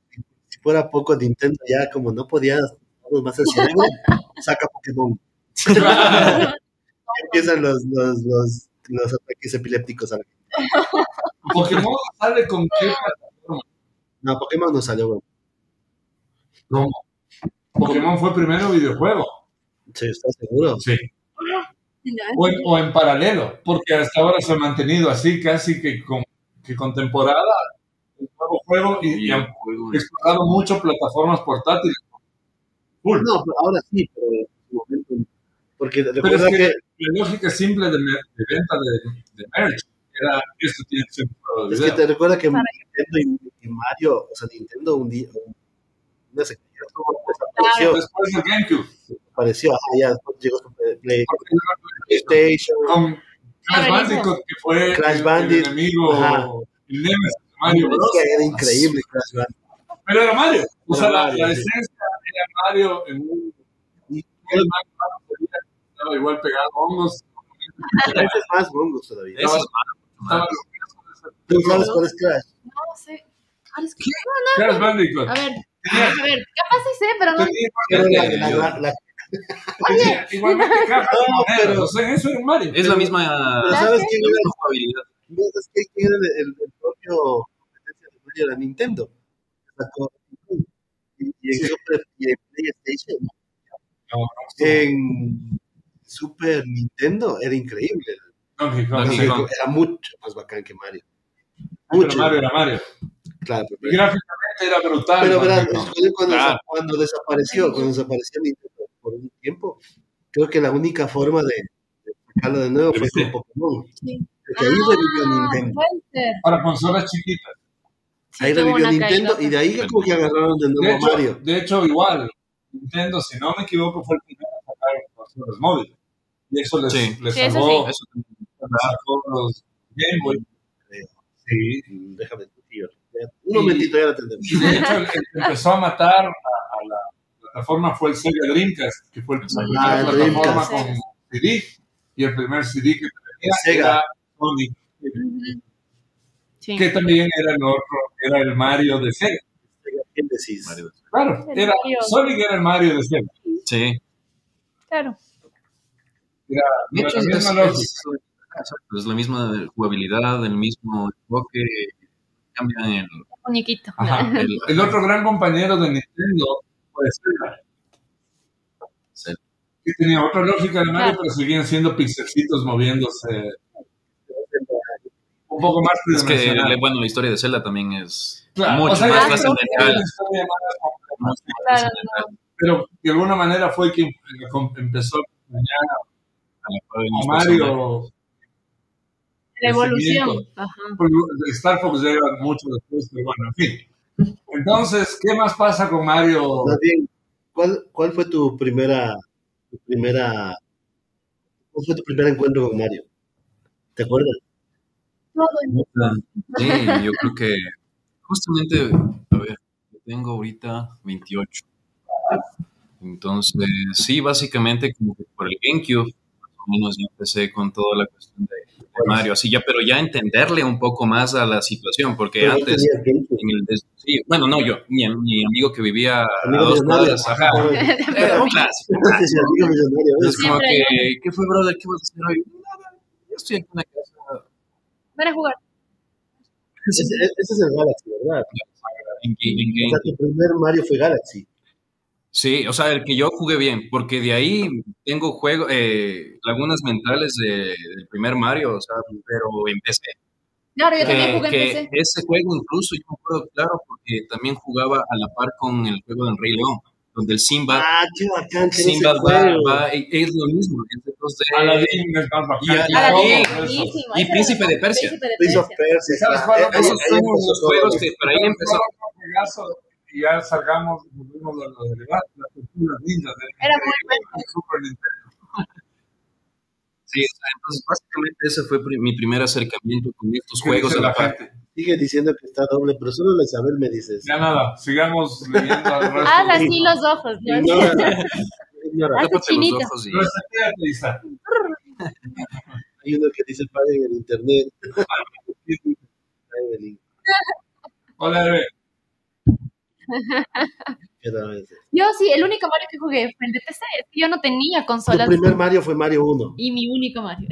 si fuera poco Nintendo ya como no podías darnos más el cerebro, saca Pokémon. Empiezan los, los, los, los ataques epilépticos. a la- Pokémon sale con qué plataforma. No, Pokémon no salió, güey. ¿Cómo? Pokémon fue primero videojuego. Sí, ¿Estás seguro? Sí. No, o en, o en paralelo, porque hasta ahora se ha mantenido así, casi que con, que con temporada, el nuevo juego y, y han explorado mucho plataformas portátiles. No, pero ahora sí, pero en su momento. Porque Pero recuerda es que, que, la lógica simple de, mer- de venta de, de merch era, esto tiene que ser un juego de es que video. te recuerda que Para- Nintendo y, y Mario, o sea, Nintendo un día, un- una sequía como desapareció, Después de GameCube, desapareció, ajá, ah, ya después llegó su Play- porque era PlayStation, con Crash Ahora Bandicoot, que fue Este, Crash el- el, Bandit, enemigo, ajá. el Nemesis de Mario Bros. era increíble Crash Bandicoot. Pero era Mario. O Era sea, la, Mario, la sí. esencia era Mario en un. en un Mario, Mario estaba igual pegado a hongos. Ese es más bongos todavía. Estaba, es estaba ¿Tú sabes cuál es Crash? No sé. Ahora es que- Crash Bandicoot. A ver, a ver, capaz sí sé, pero no. Tenía Era igual- la, la, la, la- tenía Igualmente cajas de No, monedas, pero- o sea, eso era un Mario. Es la misma. Pero ¿sabes la quién misma era? jugabilidad. no, es que quién era el, el propio competencia de Mario era Nintendo. Sacó- Y, y en Sí. Super y en PlayStation, No, no, en Super Nintendo era increíble. Donkey Kong. Donkey sí. Ah, Kong. Era mucho más bacán que Mario. Pero Mucho. Mario era Mario. Claro, Y pero, gráficamente era brutal. pero Donkey verdad, Kong. cuando, Claro. cuando desapareció, cuando desapareció Nintendo por un tiempo, creo que la única forma de, de sacarlo de nuevo fue ¿Viste? con Pokémon. Sí. Porque ahí revivió Ah, Nintendo. puede ser. Para consolas chiquitas. Sí, Ahí tuvo revivió una Nintendo caída. y de ahí como que agarraron de De nuevo a hecho, Mario. de hecho, igual, Nintendo, si no me equivoco, fue el primero a sacar consolas móviles. Y eso les, Sí. les Sí, eso salvó Eso también. sacó los Game Boy. Sí. Mm, Déjame tío. Un momentito, ya la atendemos. Y de hecho, el el que empezó a matar a, a la plataforma fue el Sega Dreamcast, que fue el primer Ah, el plataforma Dreamcast. con CD. Y el primer CD que tenía Sega. era Sonic, Sí. que también era el otro, era el Mario de Sega. Génesis. Mario. Claro, El era, Mario. Sonic era el Mario de siempre. Sí. Claro. De Era hecho, la es, misma es- lógica. exacto, es la misma jugabilidad, el mismo enfoque. Cambian el. Muñequito. Ajá. el- El otro gran compañero de Nintendo fue Zelda, el- que tenía otra lógica de Mario, Claro. pero seguían siendo pixelcitos moviéndose un poco más es que, tridimensional. le- bueno, la historia de Zelda también es Claro, mucho o sea, más yo creo que era trascendental. una historia más mucho más Claro, trascendental pero de alguna manera fue quien eh, com- empezó a acompañar a la cual a nos pasó, Mario. La evolución. Crecimiento. Ajá. porque Star Fox llega mucho después, pero bueno, en fin. Entonces, ¿qué más pasa con Mario? Más bien, ¿cuál, cuál fue tu primera, tu primera, cuál fue tu primer encuentro con Mario? ¿Te acuerdas? Todo Sí, yo creo que justamente, a ver, yo tengo ahorita 28. Entonces, sí, básicamente como que por el GameCube, más o menos ya empecé con toda la cuestión de, de Mario, así ya, pero ya entenderle un poco más a la situación, porque Pero no Eh, antes, tenía tiempo. en el des- sí, bueno, no, yo, mi, mi amigo que vivía a Amigo dos millonario. cuadras, ajá, Eh, era un clásico. Entonces, si amigo millonario, ¿eh? ¿ves? Entonces, como Siempre que, ¿qué fue, brother? ¿Qué vas a hacer hoy? Nada, yo estoy aquí en la casa Para jugar. Ese, ese es el Galaxy, ¿verdad? en, Ga- en O sea, GameCube. tu primer Mario fue Galaxy. Sí, o sea, el que yo jugué bien, porque de ahí tengo juego, eh, lagunas mentales de- del primer Mario, o sea, pero empecé. Claro, yo también Que, jugué Eh, que en PC. ese juego incluso, yo me acuerdo claro, porque también jugaba a la par con el juego del Rey León, donde el Simba, Ah, qué bacán, qué Simba ese va, juego. va- e- es lo mismo, es de 2D, Aladdin es más bacán. Eh, y a- que y a- todo y- eso. Buenísimo, y ese Príncipe era- de Persia. Príncipe de Prince of Persia. Persia. ¿Sabes cuál otro? claro. Ahí- ahí esos son empezó los todo. juegos que para ahí empezó. Juegazo, Y ya salgamos, volvemos a lo de Levat, las tortugas ninjas. Era muy bueno. Super Nintendo. Sí, o sea, entonces básicamente ese fue pri- mi primer acercamiento con estos ¿Qué juegos dice a la la par. gente? Sigue diciendo que está doble, pero solo la Isabel me dice eso. Ya nada, sigamos leyendo al resto. Ah, Haz así Ah, los ojos. ¿no? Ignora, ignora. Hazte Tápate los chinito. ojos y... Pero está bien, Lisa. Hay uno que dice paguen el internet. Paguen el internet. Hola, Eve. Cada vez. Yo sí, el único Mario que jugué fue el de PC. Es que yo no tenía Tu consolas. primer Mario fue Mario 1. Y mi único Mario.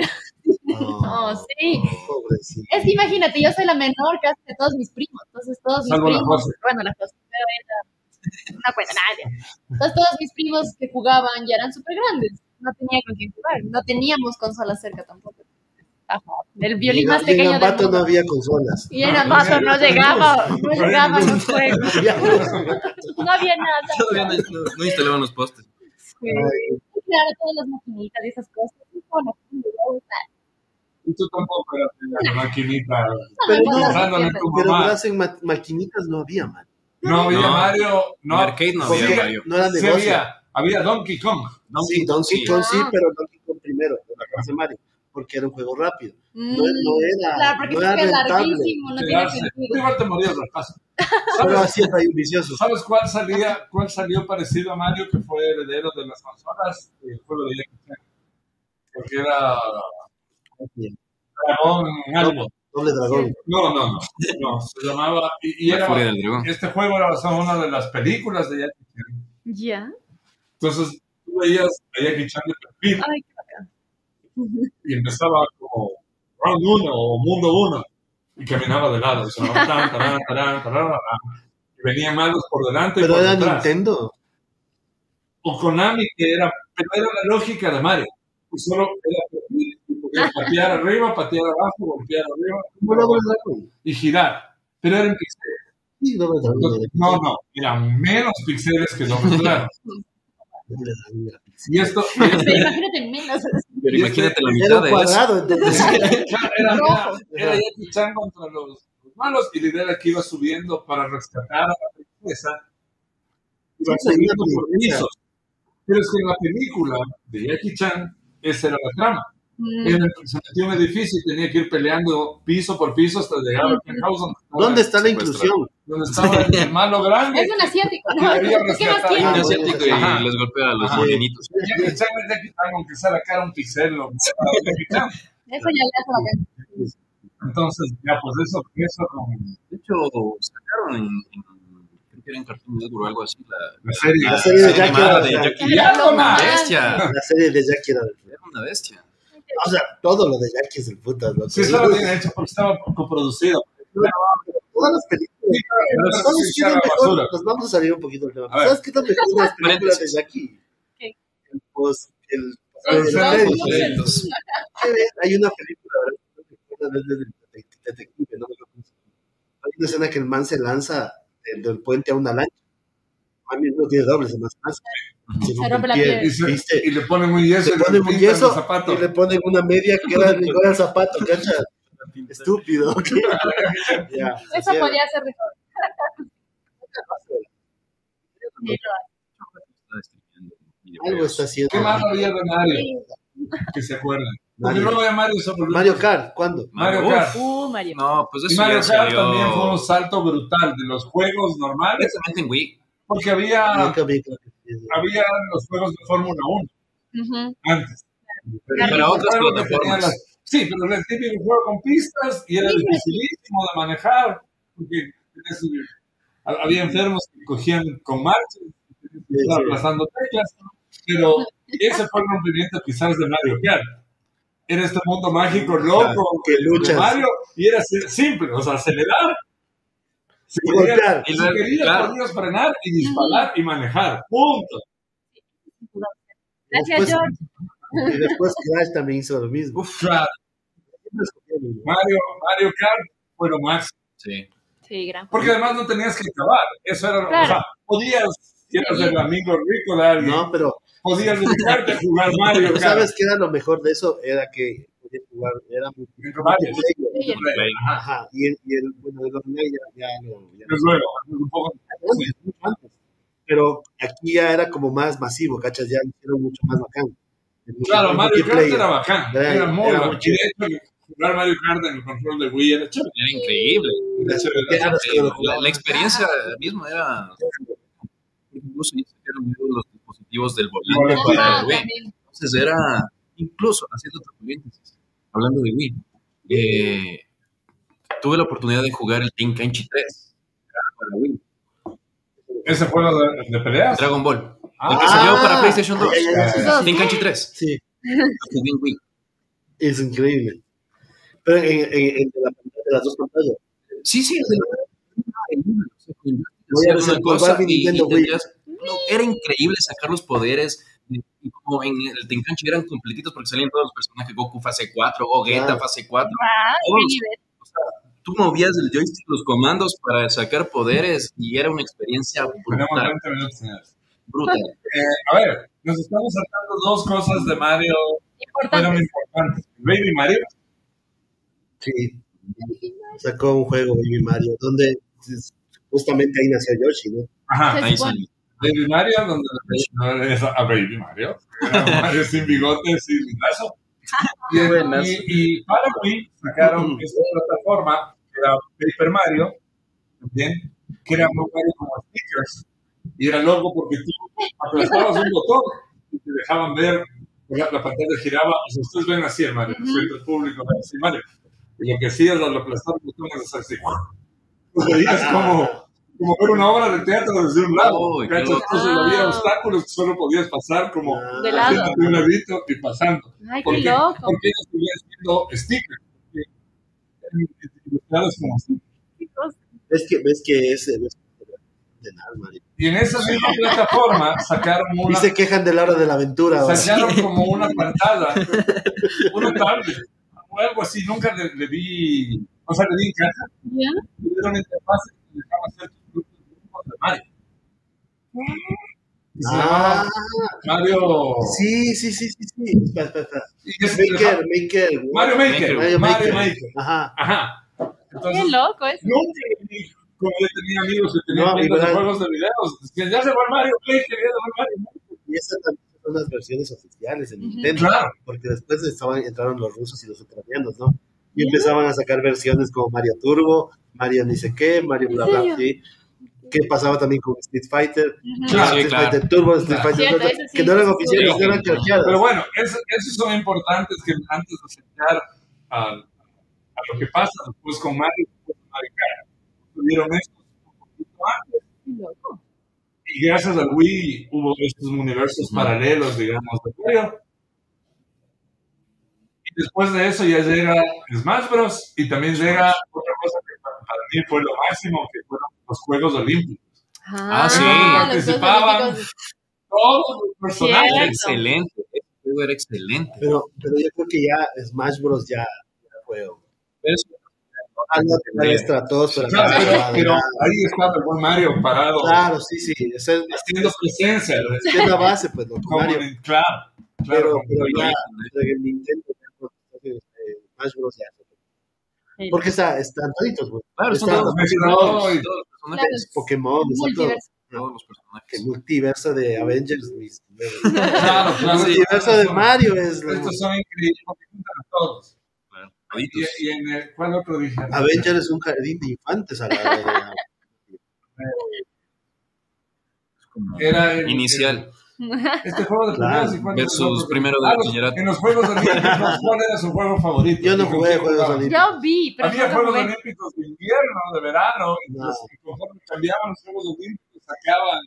No, No, Oh, sí. Ah, Pobrecito. Es que imagínate, yo soy la menor casi de todos mis primos. Entonces, todos Salvo la mis primos. José. Bueno, la cosa. Pero era- no cuenta nadie. Entonces, todos mis primos que jugaban ya eran súper grandes. No tenía con quién jugar. No teníamos consolas cerca tampoco. Ajá. El violín Y más en- pequeño Y en del Ambato no mundo. había consolas. Y en Ambato no llegaba. No llegaba los juegos. Había- No había nada. Todavía no, no- no instalaban los postes. Sí. Claro, todas las maquinitas y esas cosas. Y bueno, no, Y tú tampoco eras de la maquinita. Pero no, no, Pensándole no, tu Pero mamá. verás, en ma- maquinitas no había, man. No había No. Mario. No, En arcade no había Sí, Mario. No era Sí negocio. había. Había Donkey Kong. Donkey sí, Kong, Donkey sí. Kong sí, Ah. pero Donkey Kong primero, de la clase Mario, porque era un juego rápido. No, no era, Claro, porque no es era que es rentable. larguísimo, no tiene Pegarse. Tú sentido. igual te morías del paso. Ah, Pero así es ahí un vicioso. ¿Sabes cuál salía, cuál salió parecido a Mario que fue heredero de las consolas? El juego de Jackie Chan. Porque era dragón algo. Doble dragón. No, no, no. No, se llamaba y, y La era furia del dragón. este juego era basado en una de las películas de Jackie Chan. Ya. Entonces, tú veías a Jackie Chan de perfil Ay, qué bacán. y empezaba como round 1 o mundo 1 y caminaba de lado. y sonaba tan, tarán, tarán, tarán, tarán. Y venían malos por delante y Pero por era detrás. Nintendo. o Konami, que era, pero era la lógica de Mario. Y solo era perfil, y podía patear arriba, patear abajo, golpear ¿Cómo doble arriba dragón? y girar. Pero eran píxeles. Sí, doble dragón. era- No, no, eran menos píxeles que los claro. Doble dragón era- Y esto, y esto- Pero imagínate menos. Pero Y imagínate la Era mitad un de eso. cuadrado, entonces. claro, era, era, era Jackie Chan contra los, los malos y la idea era que iba subiendo para rescatar a la princesa. Iba Sí, subiendo sí, por sí. pisos. Pero es que en la película de Jackie Chan, esa era la trama. Mm. Él se metió en un edificio y tenía que ir peleando piso por piso hasta llegar Mm. al penthouse donde estaba- ¿Dónde está la Secuestrado. inclusión? donde estaba el, el malo grande. Es un asiático, ¿no? Había ¿Qué más rescatado. Un quieres? asiático y Ajá. les golpea a los Ajá. morenitos. Y Jackie Chan es Jackie Chan, aunque sea la cara un pixel. lo- Jackie Chan. Eso ya le hace bacán. Entonces, ya, pues eso, eso con De hecho, sacaron en, en- creo que era en Cartoon Network o algo así. La, La serie. La serie de Jackie animada era- de Jackie. Era Era lo una más. bestia. La serie de Jackie era del putas. Era una bestia. O sea, todo lo de Jackie es del putas. loco. Sí, estaba bien hecho porque estaba coproducido. Todas las películas. Pero eso sí ¿Sabes qué es lo era mejor? basura. Nos vamos a salir un poquito del tema. A ver. ¿Sabes qué es lo mejor de las películas de Jackie? ¿Qué? El post, el, Ah, el- sí, el- sí, sí. Entonces, pues, ¿Qué ves? Hay una película, ¿verdad? Una vez del detec- detective, no me acuerdo cómo se llama. Hay una escena que el man se lanza del, del puente a una lancha. A mí no tiene dobles, se más lanza. Se rompe rompe la el pie, piel. Y, se- ¿viste? y le ponen un yeso le y le ponen un pintan yeso los zapatos. y le ponen una media que era igual al zapato, cacha. Estúpido. ¿ok? ya, Eso sí, podría ser mejor. estaba streameando videojuegos. Algo está haciendo. ¿Qué más había de Mario? Que se acuerdan. Porque Mario. luego de Mario se volvió- Mario Kart, ¿cuándo? Mario Kart. Uh, Mario. No, pues Y eso Mario ya Kart salió. también fue un salto brutal de los juegos normales, Precisamente en Wii. porque había, Nunca vi, creo que sí. había los juegos de Fórmula 1 Ujú. antes. Para otras Los juegos que plataformas. tenían las- Sí, pero era el típico juego con pistas y era dificilísimo de manejar, porque tenías un- ha- había enfermos que cogían con marchas, y tenías que Sí, estar sí. aplastando teclas, pero ese fue el rompimiento quizás de Mario Kart. Era este mundo mágico loco que de luchas. Mario y era si- simple, o sea, acelerar. Si Y querías, golpear. si Y luego, querías, claro. podías frenar y disparar y manejar. Punto. Gracias, Después- George. Y después Crash también hizo lo mismo. Uf, claro. Mario, Mario Kart fue lo máximo. Sí. Sí, gran. Porque además no tenías que acabar. Eso era, o Claro. sea, podías, si eras el amigo rico de alguien, No, pero podías dedicarte a jugar Mario ¿Pero Kart. ¿Sabes qué era lo mejor de eso? Era que podía jugar, era muy Entre varios. Sí, el- Play. Ajá, y el, y el bueno, el online ya, ya lo. ya Pero luego, un poco- lo- antes, mucho antes. Pero aquí ya era como más masivo, ¿cachas? Ya lo hicieron mucho más bacán. El Claro, multi- Mario Kart multiplayer. era bacán. Era- Era, muy era bacán. muy Y de hecho, jugar Mario Kart en el control de Wii era chévere. Era increíble. Era chévere. Ya los que lo La, jugaban. la experiencia misma era. Incluso ya sacaron luego los dispositivos del volante Ajá, para el Wii. también. Entonces era, incluso haciendo otro paréntesis, hablando de Wii, eh, tuve la oportunidad de jugar el Tenkaichi 3 para Wii. Ese juego de, de peleas. Dragon Ball. El que Ah. salió para PlayStation 2. Ah, ya, ya, ya, ya, ya. Tenkaichi 3. Sí, Lo jugué en Wii. es increíble. Pero en, en, en la pantalla de las dos pantallas. Sí, sí. el de la- Voy a Hacías una ver, cosa Barbie y- y Nintendo tenías- no, era increíble sacar los poderes. Y como en el Tenkaichi eran completitos porque salían todos los personajes: Goku fase 4, Gogeta Claro. fase 4. Ah, qué Todos. nivel. O sea, tú movías el joystick, los comandos para sacar poderes y era una experiencia Tenemos brutal. 20 minutos, señores. brutal. Eh, a ver, nos estamos saltando dos cosas de Mario fueron Importante. importantes. Baby Mario. Sí. Sacó un juego, Baby Mario, donde justamente ahí nació Yoshi, ¿no? Ajá. Se Ahí supone. salió. Baby Mario, donde no es a Baby Mario. Era Mario sin bigote, sin lazo. Y, y, y para Wii sacaron esta plataforma, que era Paper Mario, también, que era un Mario como stickers. Y era loco porque tú aplastabas un botón y te dejaban ver, la, la pantalla giraba. O sea, ustedes ven así el Mario, siempre el público ve así Mario. Y lo que hacías al aplastar el botón es hacer así. Pues veías como, como ver una obra de teatro desde un lado. Ah. Uy, qué ¿cachas? loco. Ah. Entonces había obstáculos que solo podías pasar como Ah. De lado. haciéndote un ladito y pasando. Ay, qué Porque, loco. porque ellos seguían siendo stickers. porque eran ilustrados como así. qué cosa. ¿Ves que, ves que ese ves que- de nada, Mario. Y en esa misma plataforma sacaron Y una, se quejan de la hora de la aventura. ahora. sacaron como una pantalla, una tablet o algo así. Nunca le, le di, o sea, le di en casa. ¿Ya? Tuvieron interfaces que dejaban hacer tus propios dibujos de Mario. Y se Ah, llamaba Mario. sí, sí, sí, sí, sí. Espera, espera, espera. Y ese- Maker, Maker. Mario Maker. Mario Maker. Maker. Ajá. Ajá. Qué Entonces, loco es. nunca le di- como yo tenía amigos que tenían No, amigos de igual. juegos de videos, decían, ya se va el Mario Maker, ya se va el Mario Maker. Y esas también son las versiones oficiales en Ujú. Nintendo. Claro. Porque después estaban, entraron los rusos y los ucranianos, ¿no? Y empezaban a sacar versiones como Mario Turbo, Mario ni sé qué, Mario ¿En bla bla. serio? ¿sí? ¿Qué pasaba también con Street Fighter? Claro, sí, Street claro. Fighter Turbo, Street Claro. Fighter Cierto, Turbo, ese sí, que no eran ese sí. oficiales, no eran Pero calqueadas. Pero bueno, es- esos son importantes que antes de acercar a, a lo que pasa después con Mario, después con Mario Kart, tuvieron esto un poquito antes, loco. Y gracias a Wii hubo estos universos paralelos, digamos, de Mario. Y después de eso ya llega Smash Bros. Y también llega otra cosa que para, para mí fue lo máximo, que fueron los Juegos Olímpicos. Ah, sí. los Juegos Participaban. Olímpicos. Todos los personajes. Cierto. Excelente. Ese juego era excelente. Pero, pero yo creo que ya Smash Bros. ya, ya fue un- Pero es- algo que no Bien. les trató, pero Claro, nada, pero, nada, pero nada. ahí estaba el buen Mario parado, Claro, sí, sí. Esa es, haciendo presencia. esa es la base, pues, lo Como Mario. en- claro, claro. Pero, como pero en- ya, el Nintendo, ya, pues, eh, Smash Bros. ya. Sí. Porque está, están toditos, güey. Claro, son Está- todos los Ay. personajes. Todos los personajes. Claro. Pokémon, está todo. Multiverso. Todos los Que el personajes. multiverso de Avengers. mis- Claro, el Ah, claro. multiverso de Mario es. Estos son increíbles porque juntan a todos. Claro. Y, y en el, ¿Cuál otro dije? Avengers es un jardín de infantes a la hora de- Como Era el- Inicial. Este juego de Claro. primeros y cuántos Versus otros? primero de Ah, los- bachillerato. En los Juegos Olímpicos, ¿cuál era su juego favorito? Yo no ¿Y con jugué quién Juegos jugaba? Olímpicos. Yo vi, pero Había nunca Juegos jugué. Olímpicos de invierno, de verano, y No. entonces, y conforme cambiaban los Juegos Olímpicos, sacaban. Ay,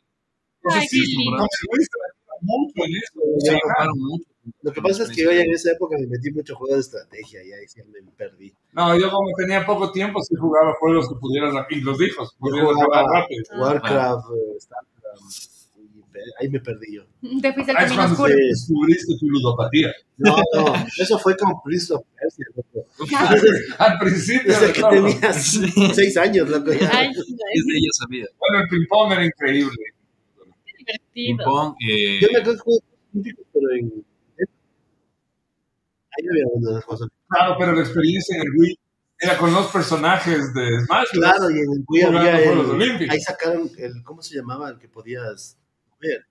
Entonces, qué sí, lindo. no se mucho en eso. Se ¿verdad? ocuparon mucho. Lo que pasa es que yo ya en esa época me metí mucho juego de estrategia y ahí sí me perdí. No, yo como tenía poco tiempo, sí jugaba juegos que pudieras, y los hijos, Yo pudieras acabar jugaba rápido. Warcraft, eh, Starcraft, y pe- ahí me perdí yo. Te fuiste al Ah, es camino cuando oscuro. descubriste tu ludopatía. No, no, eso fue con Prince of Persia, loco. Desde, Al principio, desde de que todo. tenía seis años, loco. ya. Ay, no, Desde ella sabía. bueno, el ping-pong era increíble. es divertido. Ping-pong. eh, Yo me acuerdo de juegos olímpicos, pero en. Ahí no había una cosa. Claro, pero la experiencia en el Wii era con los personajes de Smash Bros. Claro, y en el Wii Jugando había Juegos el, Olímpicos. ahí sacaron el, ¿cómo se llamaba el que podías mover?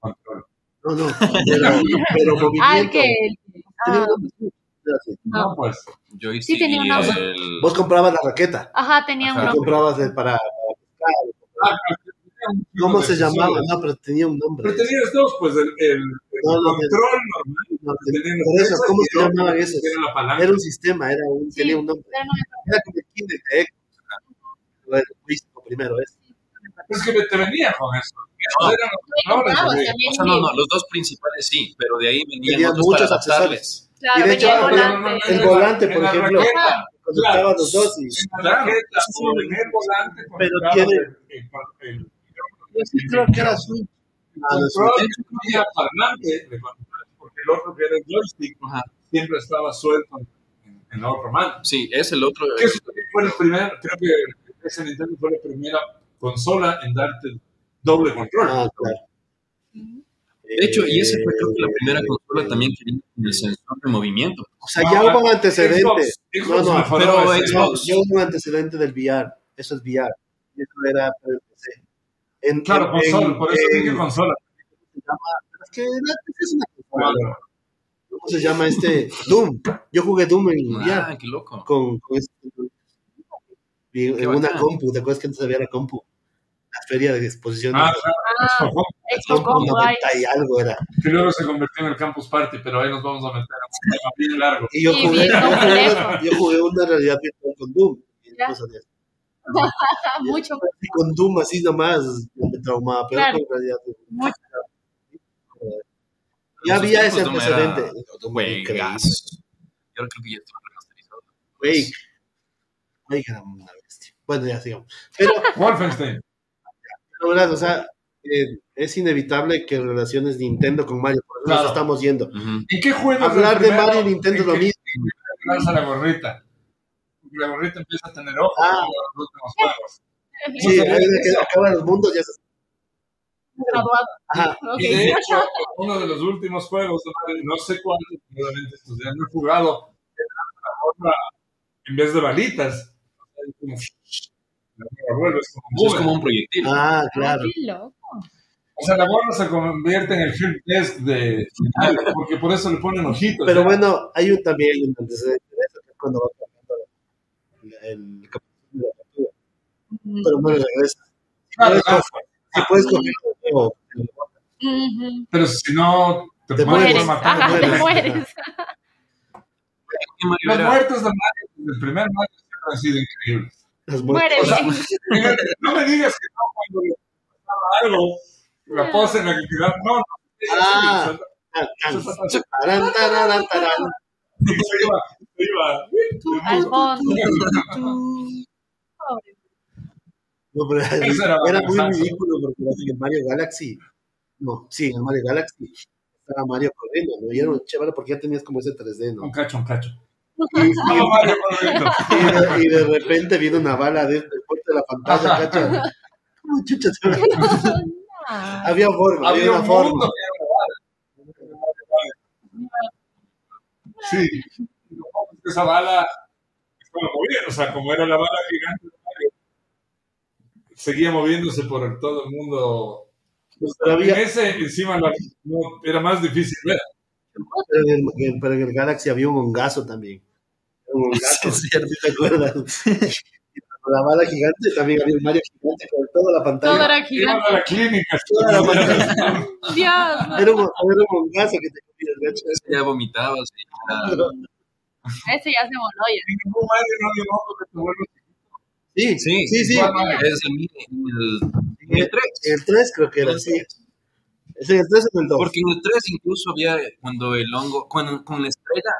Control. No, no, pero, pero movimiento. Ah, el que. Tenía ah, un- era así. No, pues. joystick Sí, tenía y una- el- Vos comprabas la raqueta, Ajá, tenía y Ajá. uno. comprabas el para, para Ah, pero tenía un tipo ¿Cómo de se llamaba? episodios. No, pero tenía un nombre. Pero tenías dos, pues el, el, el No, no, control normal. No, que te- tenía las por eso, cosas, y ¿cómo se el otro llamaban que esos? Era la palanca. Era un sistema, era un, Sí, tenía un nombre. pero no me acuerdo. Era como el Kinder de Xbox, Bueno, Quisto primero, ¿ves? Es que te venía con eso. Esos No. eran los Yo controles, compraba güey. también. O sea, no, no, los dos principales sí, pero de ahí venían Tenían otros muchos para adaptarles. Claro, Y de venía hecho, el pero volante. no, no, el volante, por ejemplo. Conectaban Claro. los dos y. Ah, En la raqueta, o en el volante, Pero conectabas tiene- el- el- el- Yo sí creo que era azul. Ah, no, sí. control incluía parlante de control, porque el otro que era el joystick Ajá. siempre estaba suelto en, en la otra mano. Sí, es el otro. Que Eso también fue el primer, creo que ese Nintendo fue la primera consola en darte doble control. Ah, claro. De hecho, y esa fue creo que la primera Eh, consola también que vino con el sensor de movimiento. O sea, ya hubo un antecedente. Xbox, Xbox no, no, mejoró pero ese- Xbox- No, ya hubo un antecedente del VR. Eso es VR. Eso era pero, sí. En- Claro, en- consola, en- por eso en- dije consola. se llama- Es que era- es una consola. ¿Cómo se llama este? Doom. Yo jugué Doom en VR Ah, qué loco. con, con este- y en Qué una bacán. compu. ¿Te acuerdas que antes había la compu? La feria de exposición. Ah, Ah, claro. Xbox compu One, guay. 90 y algo era. que luego se convirtió en el Campus Party, pero ahí nos vamos a meter a un tema bien largo. Y yo Sí, jugué, bien yo, jugué complejo. una, yo jugué una realidad virtual con Doom. Y Ya. cosas de esas. Ah, Mucho, Y con Doom así nomás me traumaba, pero Claro. con realidad virtual. mucho. Ya En esos había ese tiempos Doom era- antecedente. Doom Güey, increíble. gas. Yo creo que ya está remasterizado. Wake. Wake era una bestia. Bueno, ya sigamos. Pero, Wolfenstein. la verdad, o sea, eh, es inevitable que relaciones Nintendo con Mario, por eso Claro. nos estamos yendo. Ujú. ¿En qué juego? Hablar de Mario y Nintendo es lo mismo. Lanza la gorrita. Porque La gorrita empieza a tener ojos Ah. en los últimos juegos. Sí, ahí de que acaban los mundos, ya se... Ajá. Ok. Y de hecho, uno de los últimos juegos, de Mario, no sé cuántos, probablemente estos ya no he jugado, era la gorra en vez de balitas. Es como- La gorra vuelve, es como Eso es boomerang. como un proyectil. Ah, claro. Qué loco. O sea, la gorra se convierte en el help desk de Mario, porque por eso le ponen ojitos. Pero ¿ya? bueno, hay un, también hay un antecedente de eso, que es cuando va cambiando el, el capítulo de la captura. Pero no le regresa. Claro, Por eso- claro. Si puedes coger el juego, Ujú. pero si no, te, Te mueres, Mueres. te matan. Ajá, te mueres. mueres. ¿Qué Mario Los era? muertos de Mario, el primer Mario siempre han sido increíbles. Las muertes. Muere. O sea, no me digas que no cuando le pasaba algo, la pose en la que quedaba. No, no. Ah. Tan, tan, tarán, tarán, tarán. Se iba, se iba. al fondo. No, pero Eso era era muy bastante. ridículo porque era en el Mario Galaxy, no, sí, en el Mario Galaxy estaba Mario corriendo, ¿no? Y era un chévere porque ya tenías como ese 3D, Un ¿no? cacho, un cacho. Y- No, Mario, correcto. Y de, y de repente viene una bala desde el puerto de la pantalla, cacha. Ay, chucha, se me- Había forma, había, Había una un forma. mundo que era una bala. Sí. Esa bala estaba moviendo, o sea, como era la bala gigante de Mario, seguía moviéndose por el- todo el mundo. Pues, Pero En había- ese, encima, la- no, era más difícil ver. pero, en el, pero en el Galaxy había un hongazo también. Era Un hongazo, Sí, ¿sí ¿te acuerdas? Y con la bala gigante también había un Mario gigante con toda la pantalla. Todo era Iban gigante. a la clínica. Toda la pantalla. Dios, no. Era un, era un hongazo que te comía el gacho. Ya vomitabas. y Ah. ya- Ese ya se voló ya. En ningún Mario no había un mundo que se vuelve Sí, sí, sí. igual, Es el, el, el 3. El 3 creo que era así. Es en el 3 o en el 2. Porque en el 3 incluso había eh, cuando el hongo, cuando, con la estrella,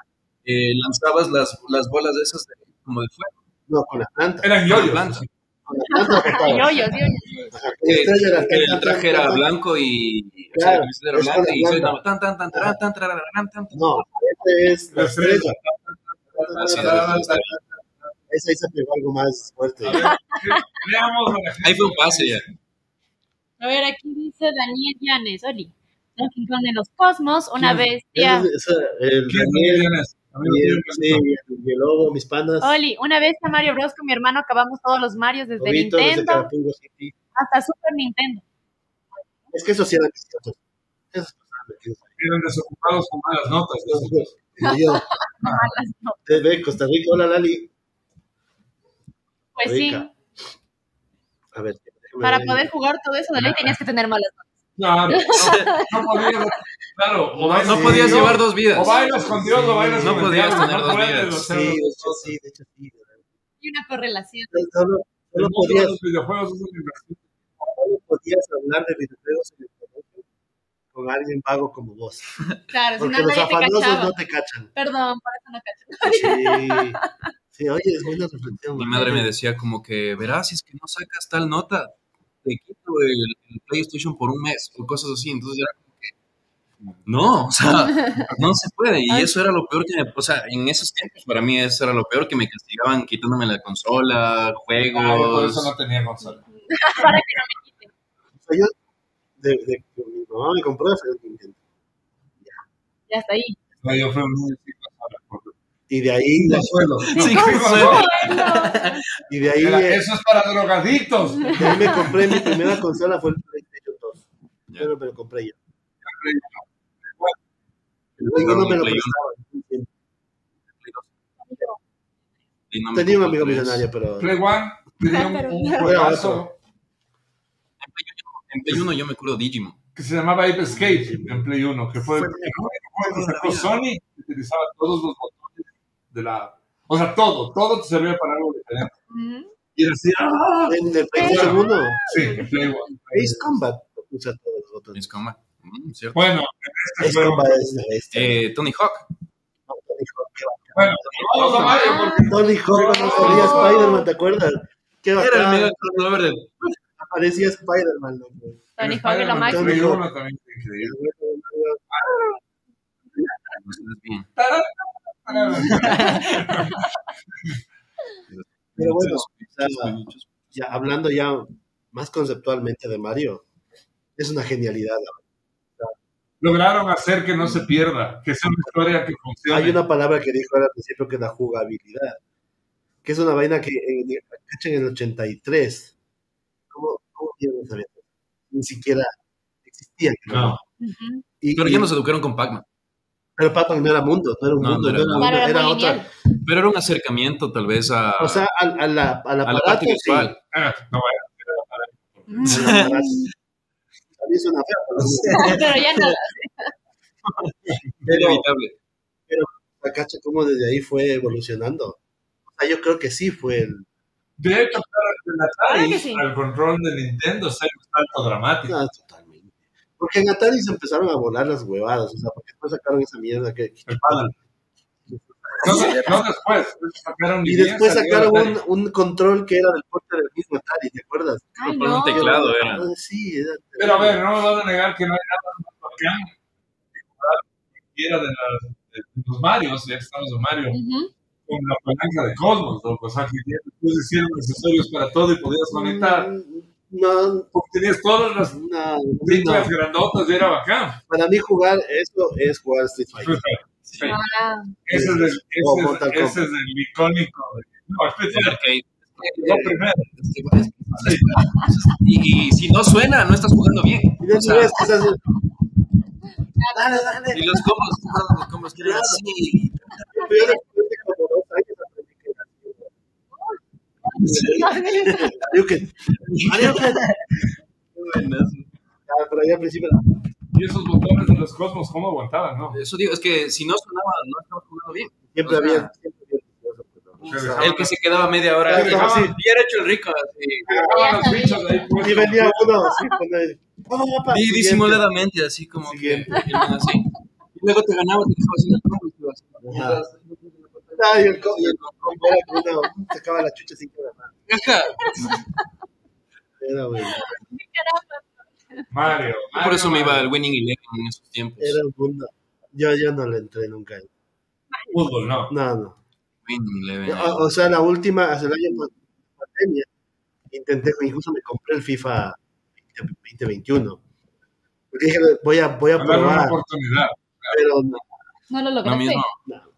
eh, lanzabas las, las bolas de esas de- como de fuego. No, con las plantas. Eran con la yoyos. planta. Con las plantas Y cortadas. hoyos, y hoyos. Con las estrellas, las el, plantas, traje era plantas. blanco y o sea, Claro, la camiseta era es blanca con y la soy planta. tan tan tan tarán, tan tararán, tan tan No, este es la La estrella. estrella. Ah, Así es, Esa, esa pegó algo más fuerte. Ah, Veamos a la gente. Ahí fue un pase ya. A ver, aquí dice Daniel Llanes, Oli. Donkey Kong de los Cosmos, una ¿Quién? bestia. Esa- esa- el ¿Quién es Daniel, Millones? A mí y el, no sí, tiene y el lobo, mis panas. Oli, una vez a Mario Bros con mi hermano acabamos todos los Marios desde Lobito, desde Nintendo Carapungo City. hasta Super Nintendo. Es que eso sí eran distintos. Esos pasaban de que- eran desocupados con malas notas. distintos. Y yo, Malas no. desde Costa Rica, hola Lali. Pues Rica. sí, A ver, déjame para ver. poder jugar todo eso de ley tenías que tener malas notas. Claro, no, no podías. Claro, o bailas- No Sí. podías no, llevar dos O vidas. bailas con Dios o bailas No con el podías diablo, tener dos puedes vidas. hacer Sí, de las dos hecho, cosas. sí, de hecho, sí. Y una correlación. Solo, El solo mundo de podías, los videojuegos es una inversión. solo podías hablar de videojuegos en el colegio con alguien vago como vos. Claro, si no Porque los nadie te afanosos cachaba. no te cachan. Perdón, por eso no cacho. Sí, sí oye, es buena reflexión. Mi ¿no? madre me decía como que, verás, si es que no sacas tal nota, te quito el, el PlayStation por un mes o cosas así. Entonces era como que, no, o sea, no se puede. Y eso era lo peor que me, o sea, en esos tiempos para mí eso era lo peor que me castigaban quitándome la consola, Ay, por juegos. eso no tenía consola. Para que no me quiten. O sea, yo, de, de, que mi mamá me compró ese Nintendo. Ya está ahí. No, yo fui un niño sin consola. por- Y de ahí, Sin consuelo. Sí, No, con sin suelo. consuelo. y de ahí, Era, eh, Eso es para drogadictos. de ahí me compré mi primera consola, fue el PlayStation 2. Ya. Pero me lo compré yo. Yo no me lo prestaba. Y no me Tenía compró un amigo tres. millonario, pero. Play One tenía un, un Pero- juegazo En Play uno yo me acuerdo Digimon. que se llamaba Ape Escape en Play 1, que fue el único juego que sacó Sony que utilizaba todos los botones de la. O sea, todo, todo te servía para algo diferente. Ujú. Y decía, ¡ah! En el PlayStation 1, Sí, en Play One. Ace Combat usa todos los botones. Es como, mm, ¿cierto? Bueno, en Ace este juego. Combat es una bestia. Eh, Tony Hawk. No, Tony Hawk, qué bacán. Bueno, vamos a Mario porque Tony Hawk cuando salía Spider-Man, ¿te acuerdas? Qué Era el bacán. medio crossover de Aparecía Spider-Man. loco. en Tony Hawk es lo Spider-Man máximo. Play 1 también fue increíble. Ah, No sé, es bien. Pero bueno, Entonces, Ah. o sea, Ya, hablando ya más conceptualmente de Mario, es una genialidad. Lograron hacer que no se pierda, que sea una historia que funcione. Hay una palabra que dijo ahora al principio que es la jugabilidad, que es una vaina que en, cacha, en el 83, ¿cómo, cómo mierda sabía? Ni siquiera existía. creo. No. Ujú. Y- Pero y- ya nos educaron con Pac-Man. pero Pac-Man no era mundo, no era un No, mundo, no no era era, mundo. una- Claro, era era muy otra. lineal. Pero era un acercamiento tal vez a, O sea, al, a la, al a la aparato, parte sí, visual. Ah, no, bueno, al aparato. A mí suena feo, pero sí. Pero ya no. Era inevitable. La cacha cómo desde ahí fue evolucionando. O sea, yo creo que sí fue el, De hecho, claro, Claro el que Atari sí. al control de Nintendo sale un salto dramático. Ah, totalmente. Porque en Atari se empezaron a volar las huevadas, o sea, porque después sacaron esa mierda que... El paddle. No, no después, sacaron Y ni después bien, salió sacaron el un, Atari. un control que era del porte del mismo Atari, ¿te acuerdas? Ay, Con no. un teclado era. Ah, Sí, era... Pero a ver, no me vas a negar que no hay nada más bacán que jugar cualquiera de, las, de los Marios, ya que estamos en Mario, Ujú. con la palanca de Cosmos, ¿no? Pues, o sea, que ya después hicieron accesorios para todo y podías conectar, No, no, porque tenías todas las no. teclas grandotas y era bacán. Para mí jugar eso es jugar Street Fighter. Sí. Ah, Ese es el, ese O es- Mortal Kombat. ese es el icónico. de- No, este ya Arcade. lo primero. Es que, este, es que- pues, Y, y si no suena, no estás jugando bien. Y de pues, O hecho, sea, ves que se hace- Dale, dale. y los combos, los combos que eran así. Yo después de como dos años aprendí que era así. Ariuken. Ariuken. Ah, Pero ahí al principio era- Y esos botones de los Cosmos, ¿cómo aguantaban? No? Eso digo, es que si no sonaba, no estabas jugando bien. siempre O sea, había. siempre había pues, curioso, Se pero- dejaban- El que se quedaba media hora. Ah, Bien sí. hecho el rico. así. Ah, se dejaban los bichos ahí Y puestos. venía uno así con el. "Vamos, papá". Y Siguiente. disimuladamente, así como que. Siguiente. el man así. Y luego te ganaba, te dejaba sin el combo y te ibas. Ajá. Ah, y el co- y el co- era como una- Sacaba la chucha sin que era nada. Ajá. Era bueno. Mario, Yo Mario. Por eso me iba Mario. al Winning Eleven en esos tiempos. Era un mundo. Yo, yo no le entré nunca. a él. fútbol, no. No, no. Winning Eleven. O, o sea, la última, hace el año pa- pandemia, intenté, incluso me compré el FIFA 20- 2021. Porque dije, voy a, voy a Darle una probar, oportunidad. pero no. no lo oh. No lograste. mismo. no, no.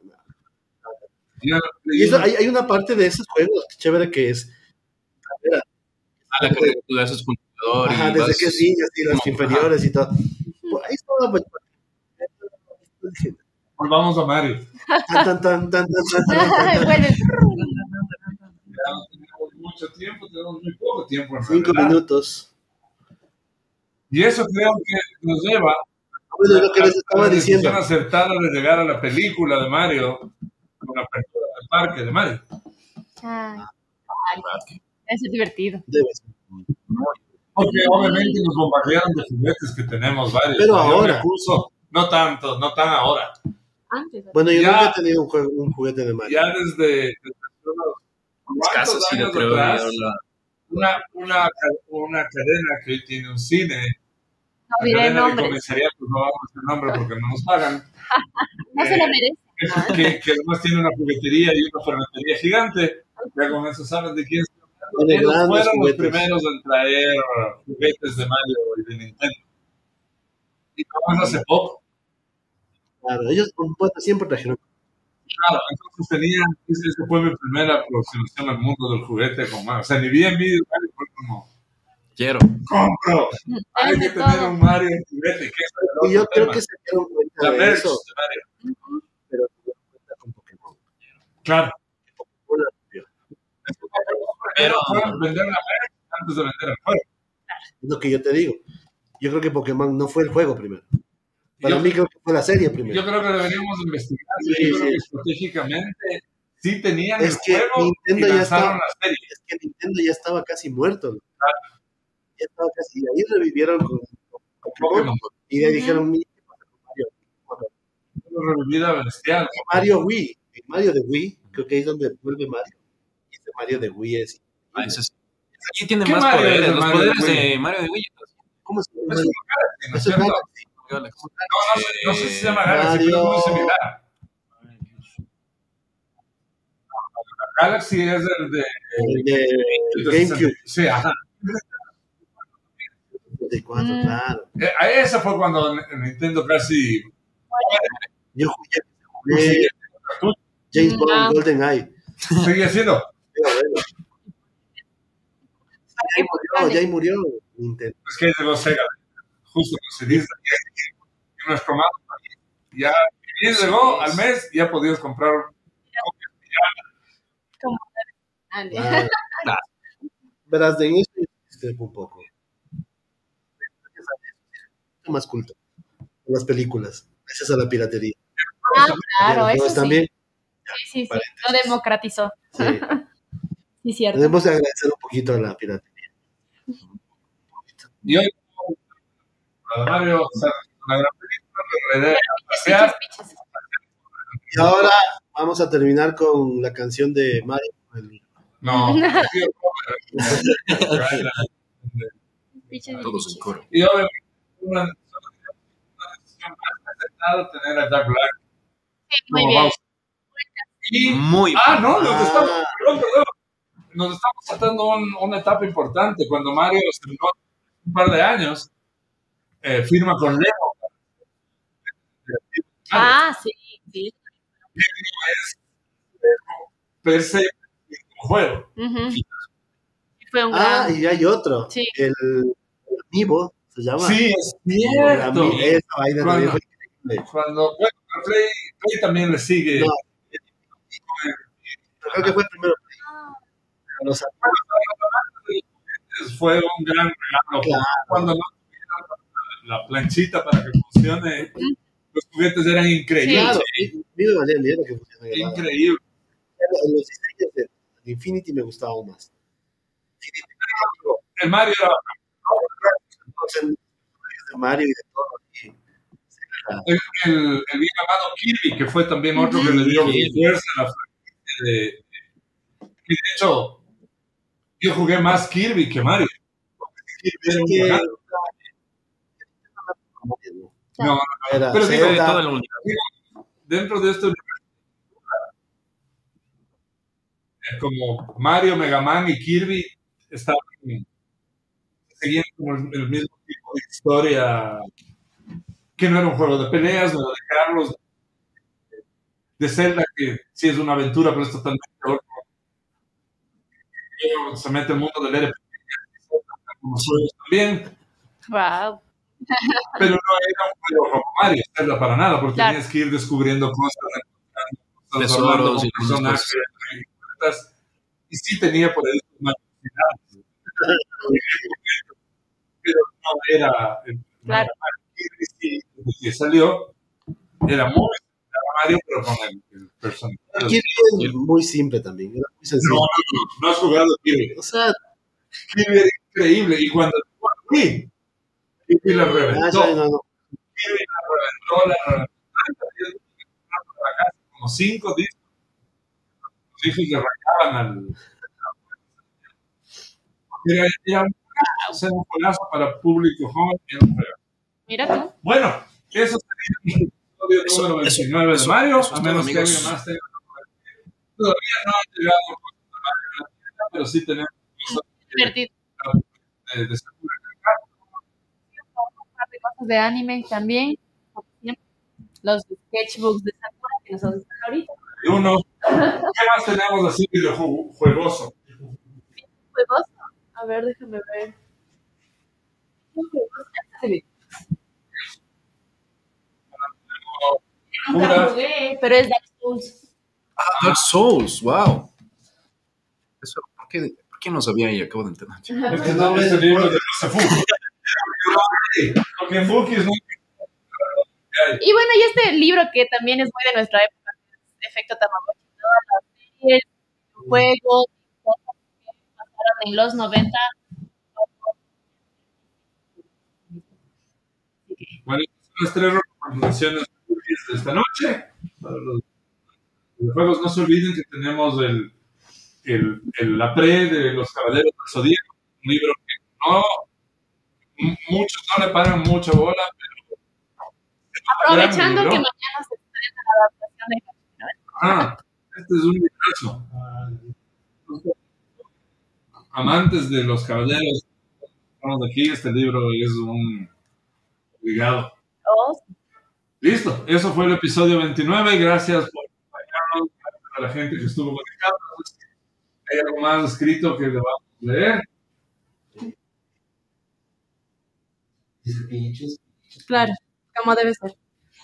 Ya- Y eso, hay, hay una parte de esos juegos chévere que es, A la que tú haces computador. ajá, y desde vas- que es niño, así, las Ajá. inferiores y todo. Pues, ahí estaba, pues, Volvamos a Mario. tan, tan, tan, tan, tan, tan, tan, tan. Vuelve. Ya no tenemos mucho tiempo, tenemos muy poco tiempo. En Cinco realidad. minutos. Y eso creo que nos lleva Ah, Bueno, lo que les a estaba la decisión diciendo. acertada de llegar a la película de Mario con la apertura del parque de Mario. Ay, Eso es divertido. Debes. Porque obviamente nos bombardearon de juguetes que tenemos varios. Pero Yo me ahora. acuso, no tanto, no tan ahora. Antes. Bueno, yo Ya. nunca he tenido un, juego, un juguete de Mario. Ya desde, desde unos Escaso, cuantos sí, años lo creo. atrás, yo la- una, una, una cadena que hoy tiene un cine, No la diré cadena de nombres. comisaría, pues no vamos a decir nombre porque no nos pagan. No se lo merece. Ah. que, que además tiene una juguetería y una ferretería gigante. Ya con eso saben de quién estoy hablando. Tiene Ellos grandes fueron juguetes. los primeros en traer juguetes de Mario y de Nintendo. Y además hace poco, Claro, ellos bueno, siempre trajeron. claro. Entonces tenía, ese ese fue mi primera aproximación al mundo del juguete con Mario. O sea, ni bien vi el Mario, fue como, Quiero. ¡compro! Hay que Hace tener Mm, todo. un Mario en juguete, que es el Y yo otro creo tema. que se dieron La cuenta de merch de eso, Mario. pero se dieron cuenta con Pokémon. Claro. Hola, tío. Pero vender la merch antes de vender el juego. Es lo que yo te digo. Yo creo que Pokémon no fue el juego primero. Para Yo- mí creo que fue la serie Yo primero. creo que deberíamos investigar. Sí, yo creo sí. que estratégicamente sí tenían Es el que juego Nintendo y ya lanzaron estaba- la serie. Es que Nintendo ya estaba casi muerto. ¿no? Ya estaba casi. y ahí revivieron con, con Pokémon. Pokémon. Y le dijeron, "Mira, ¿qué pasa con Mario? Bueno, Una revivida bestial. Mario Wii. En Mario de Wii, creo que ahí es donde vuelve Mario. Y este Mario de Wii es. Ah, eso sí. Aquí tiene ¿Qué más Mario es poderes. el Los Mario de poderes Wii? de Mario de pues, Wii. ¿Cómo se llama? Es un Galaxy, ¿no es cierto? Eso es Galaxy. No, no, sé- no sé si se llama Galaxy, Mario- pero es muy similar. Galaxy es el de El de el de GameCube. 64. Sí, ajá. 64, Mm. claro. Eh, a Esa fue cuando N- Nintendo casi. Yo jugué, jugué James Bond, Ah. Golden Eye. Seguía siendo. Ya murió, ya ahí murió. Nintendo. Es que es de los Sega. Justo que se dice que que nuestro mapa ya que bien llegó al mes, ya podías comprar Antes. Ah. Verás, de eso yo discrepo un poco. Soy más culto. En las películas. Gracias a la piratería. Ah, claro, Pero eso pues sí. también. Sí, sí, sí. Lo democratizó. sí. Sí, cierto. Debemos agradecer un poquito a la piratería. Y hoy, a Mario, o sea, una gran película, la idea era pasear. Piches, piches. Y ahora vamos a terminar con la canción de Mario. el- No, Piches, Todos en piches. coro. y obviamente, una, una decisión más acertada tener a Jack Black Muy como bien. Bowser. Y Muy Ah, no, nos Ah. estamos, perdón, perdón. Nos estamos saltando un- una etapa importante. Cuando Mario se mudó hace un par de años, eh, firma con Lego. Ah, sí, sí. Per se, un juego. Ujú. Fue un Ah, gran. y hay otro. Sí. El, el Amiibo se llama. Sí, es El cierto. Ami- Esa vaina Bueno. también fue increíble. Cuando, bueno, pero Play, Play también le sigue. No. Yo Creo que fue el primero. Pero Los Fue un gran regalo. Claro. Cuando no tuvieron la planchita para que funcione, los juguetes eran increíbles. Claro, a mí me valía el dinero que funciona grabado. Increíble. En Los diseños de de Infinity me gustaba aún más. El Mario era Entonces, de Mario y de todo. y- el, el, el bien amado Kirby, que fue también otro que le dio fuerza a la franquicia de, que de hecho yo jugué más Kirby que Mario. Es Era un que- regalo. No, no, Era Pero digo, De Zelda, todo el mundo. dentro de este universo es como Mario, Mega Man y Kirby estaban siguiendo como el, el mismo tipo de historia que no era un juego de peleas, no era de Carlos, de Zelda, que sí es una aventura, pero es totalmente otro. Pero Se mete el mundo del RPG, como juegos también, Wow. pero no era un juego como Mario, Zelda para nada, porque Claro. tenías que ir descubriendo cosas, encontrando cosas, Tesoros hablando con y cosas. personajes, cosas. y sí tenía por ahí sus matices. pero no era eh, el Claro. Kirby sí, que salió, era muy similar a Mario, pero con el, el personaje. el No, Kirby es muy simple también. Era muy sencillo. no, no, no has jugado Kirby. O sea, Kirby era increíble, y cuando jugó a Wii, Kirby la ah, reventó. ya, no, no. Kirby la reventó, la reventó. Yo tuve que comprar para la casa Como cinco discos. Los discos le arrancaban al. Era, era un, juegazo, era un juegazo para público joven. era un juegazo. Mira tú. Bueno, eso sería el episodio Eso- número eso- 29 eso- de Mario. eso es a todo, menos que amigos. alguien más tenga. Todavía no han llegado cosas de Mario en la tienda, pero sí tenemos cosas Divertido. de, de, de Sakura Card. Un par de cosas de anime también. como siempre. Los sketchbooks de Sakura que nos están ahorita. Y uno. ¿Qué más tenemos así videojuegoso? Juegos. A ver, déjame ver. Un juegoso, ya se ve. Nunca Juras. jugué, pero es Dark Souls. Dark Souls, wow. Eso, ¿por, qué, ¿Por qué no sabía y acabo de entender? Es que no ese libro de José Fuji. Porque en Bookies no. Y bueno, y este libro que también es muy de nuestra época, es Efecto Tamagotchi, todas las series, juegos, cosas que pasaron en los 90. Bueno, son las tres recomendaciones de Bookies de esta noche. Para los videojuegos, no se olviden que tenemos el, el, el- la pre de Los Caballeros del Zodíaco, un libro que no. m- Muchos no le paran mucha bola, pero. Aprovechando Gran que libro. mañana se estrena la adaptación de Ah, este es un librazo. Amantes de los caballeros, estamos aquí. Este libro es un obligado. Jacob. Listo, eso fue el episodio 29. Gracias por acompañarnos, gracias a la gente que estuvo conectada. No sé si Hay algo más escrito que debamos leer. Claro, como debe ser.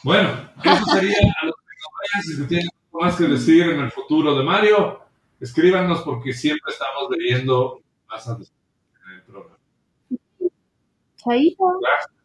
Bueno, eso sería a los que nos vayan. Si se tienen algo más que decir en el futuro de Mario, escríbanos porque siempre estamos leyendo más adelante en el programa. Chaito. Gracias.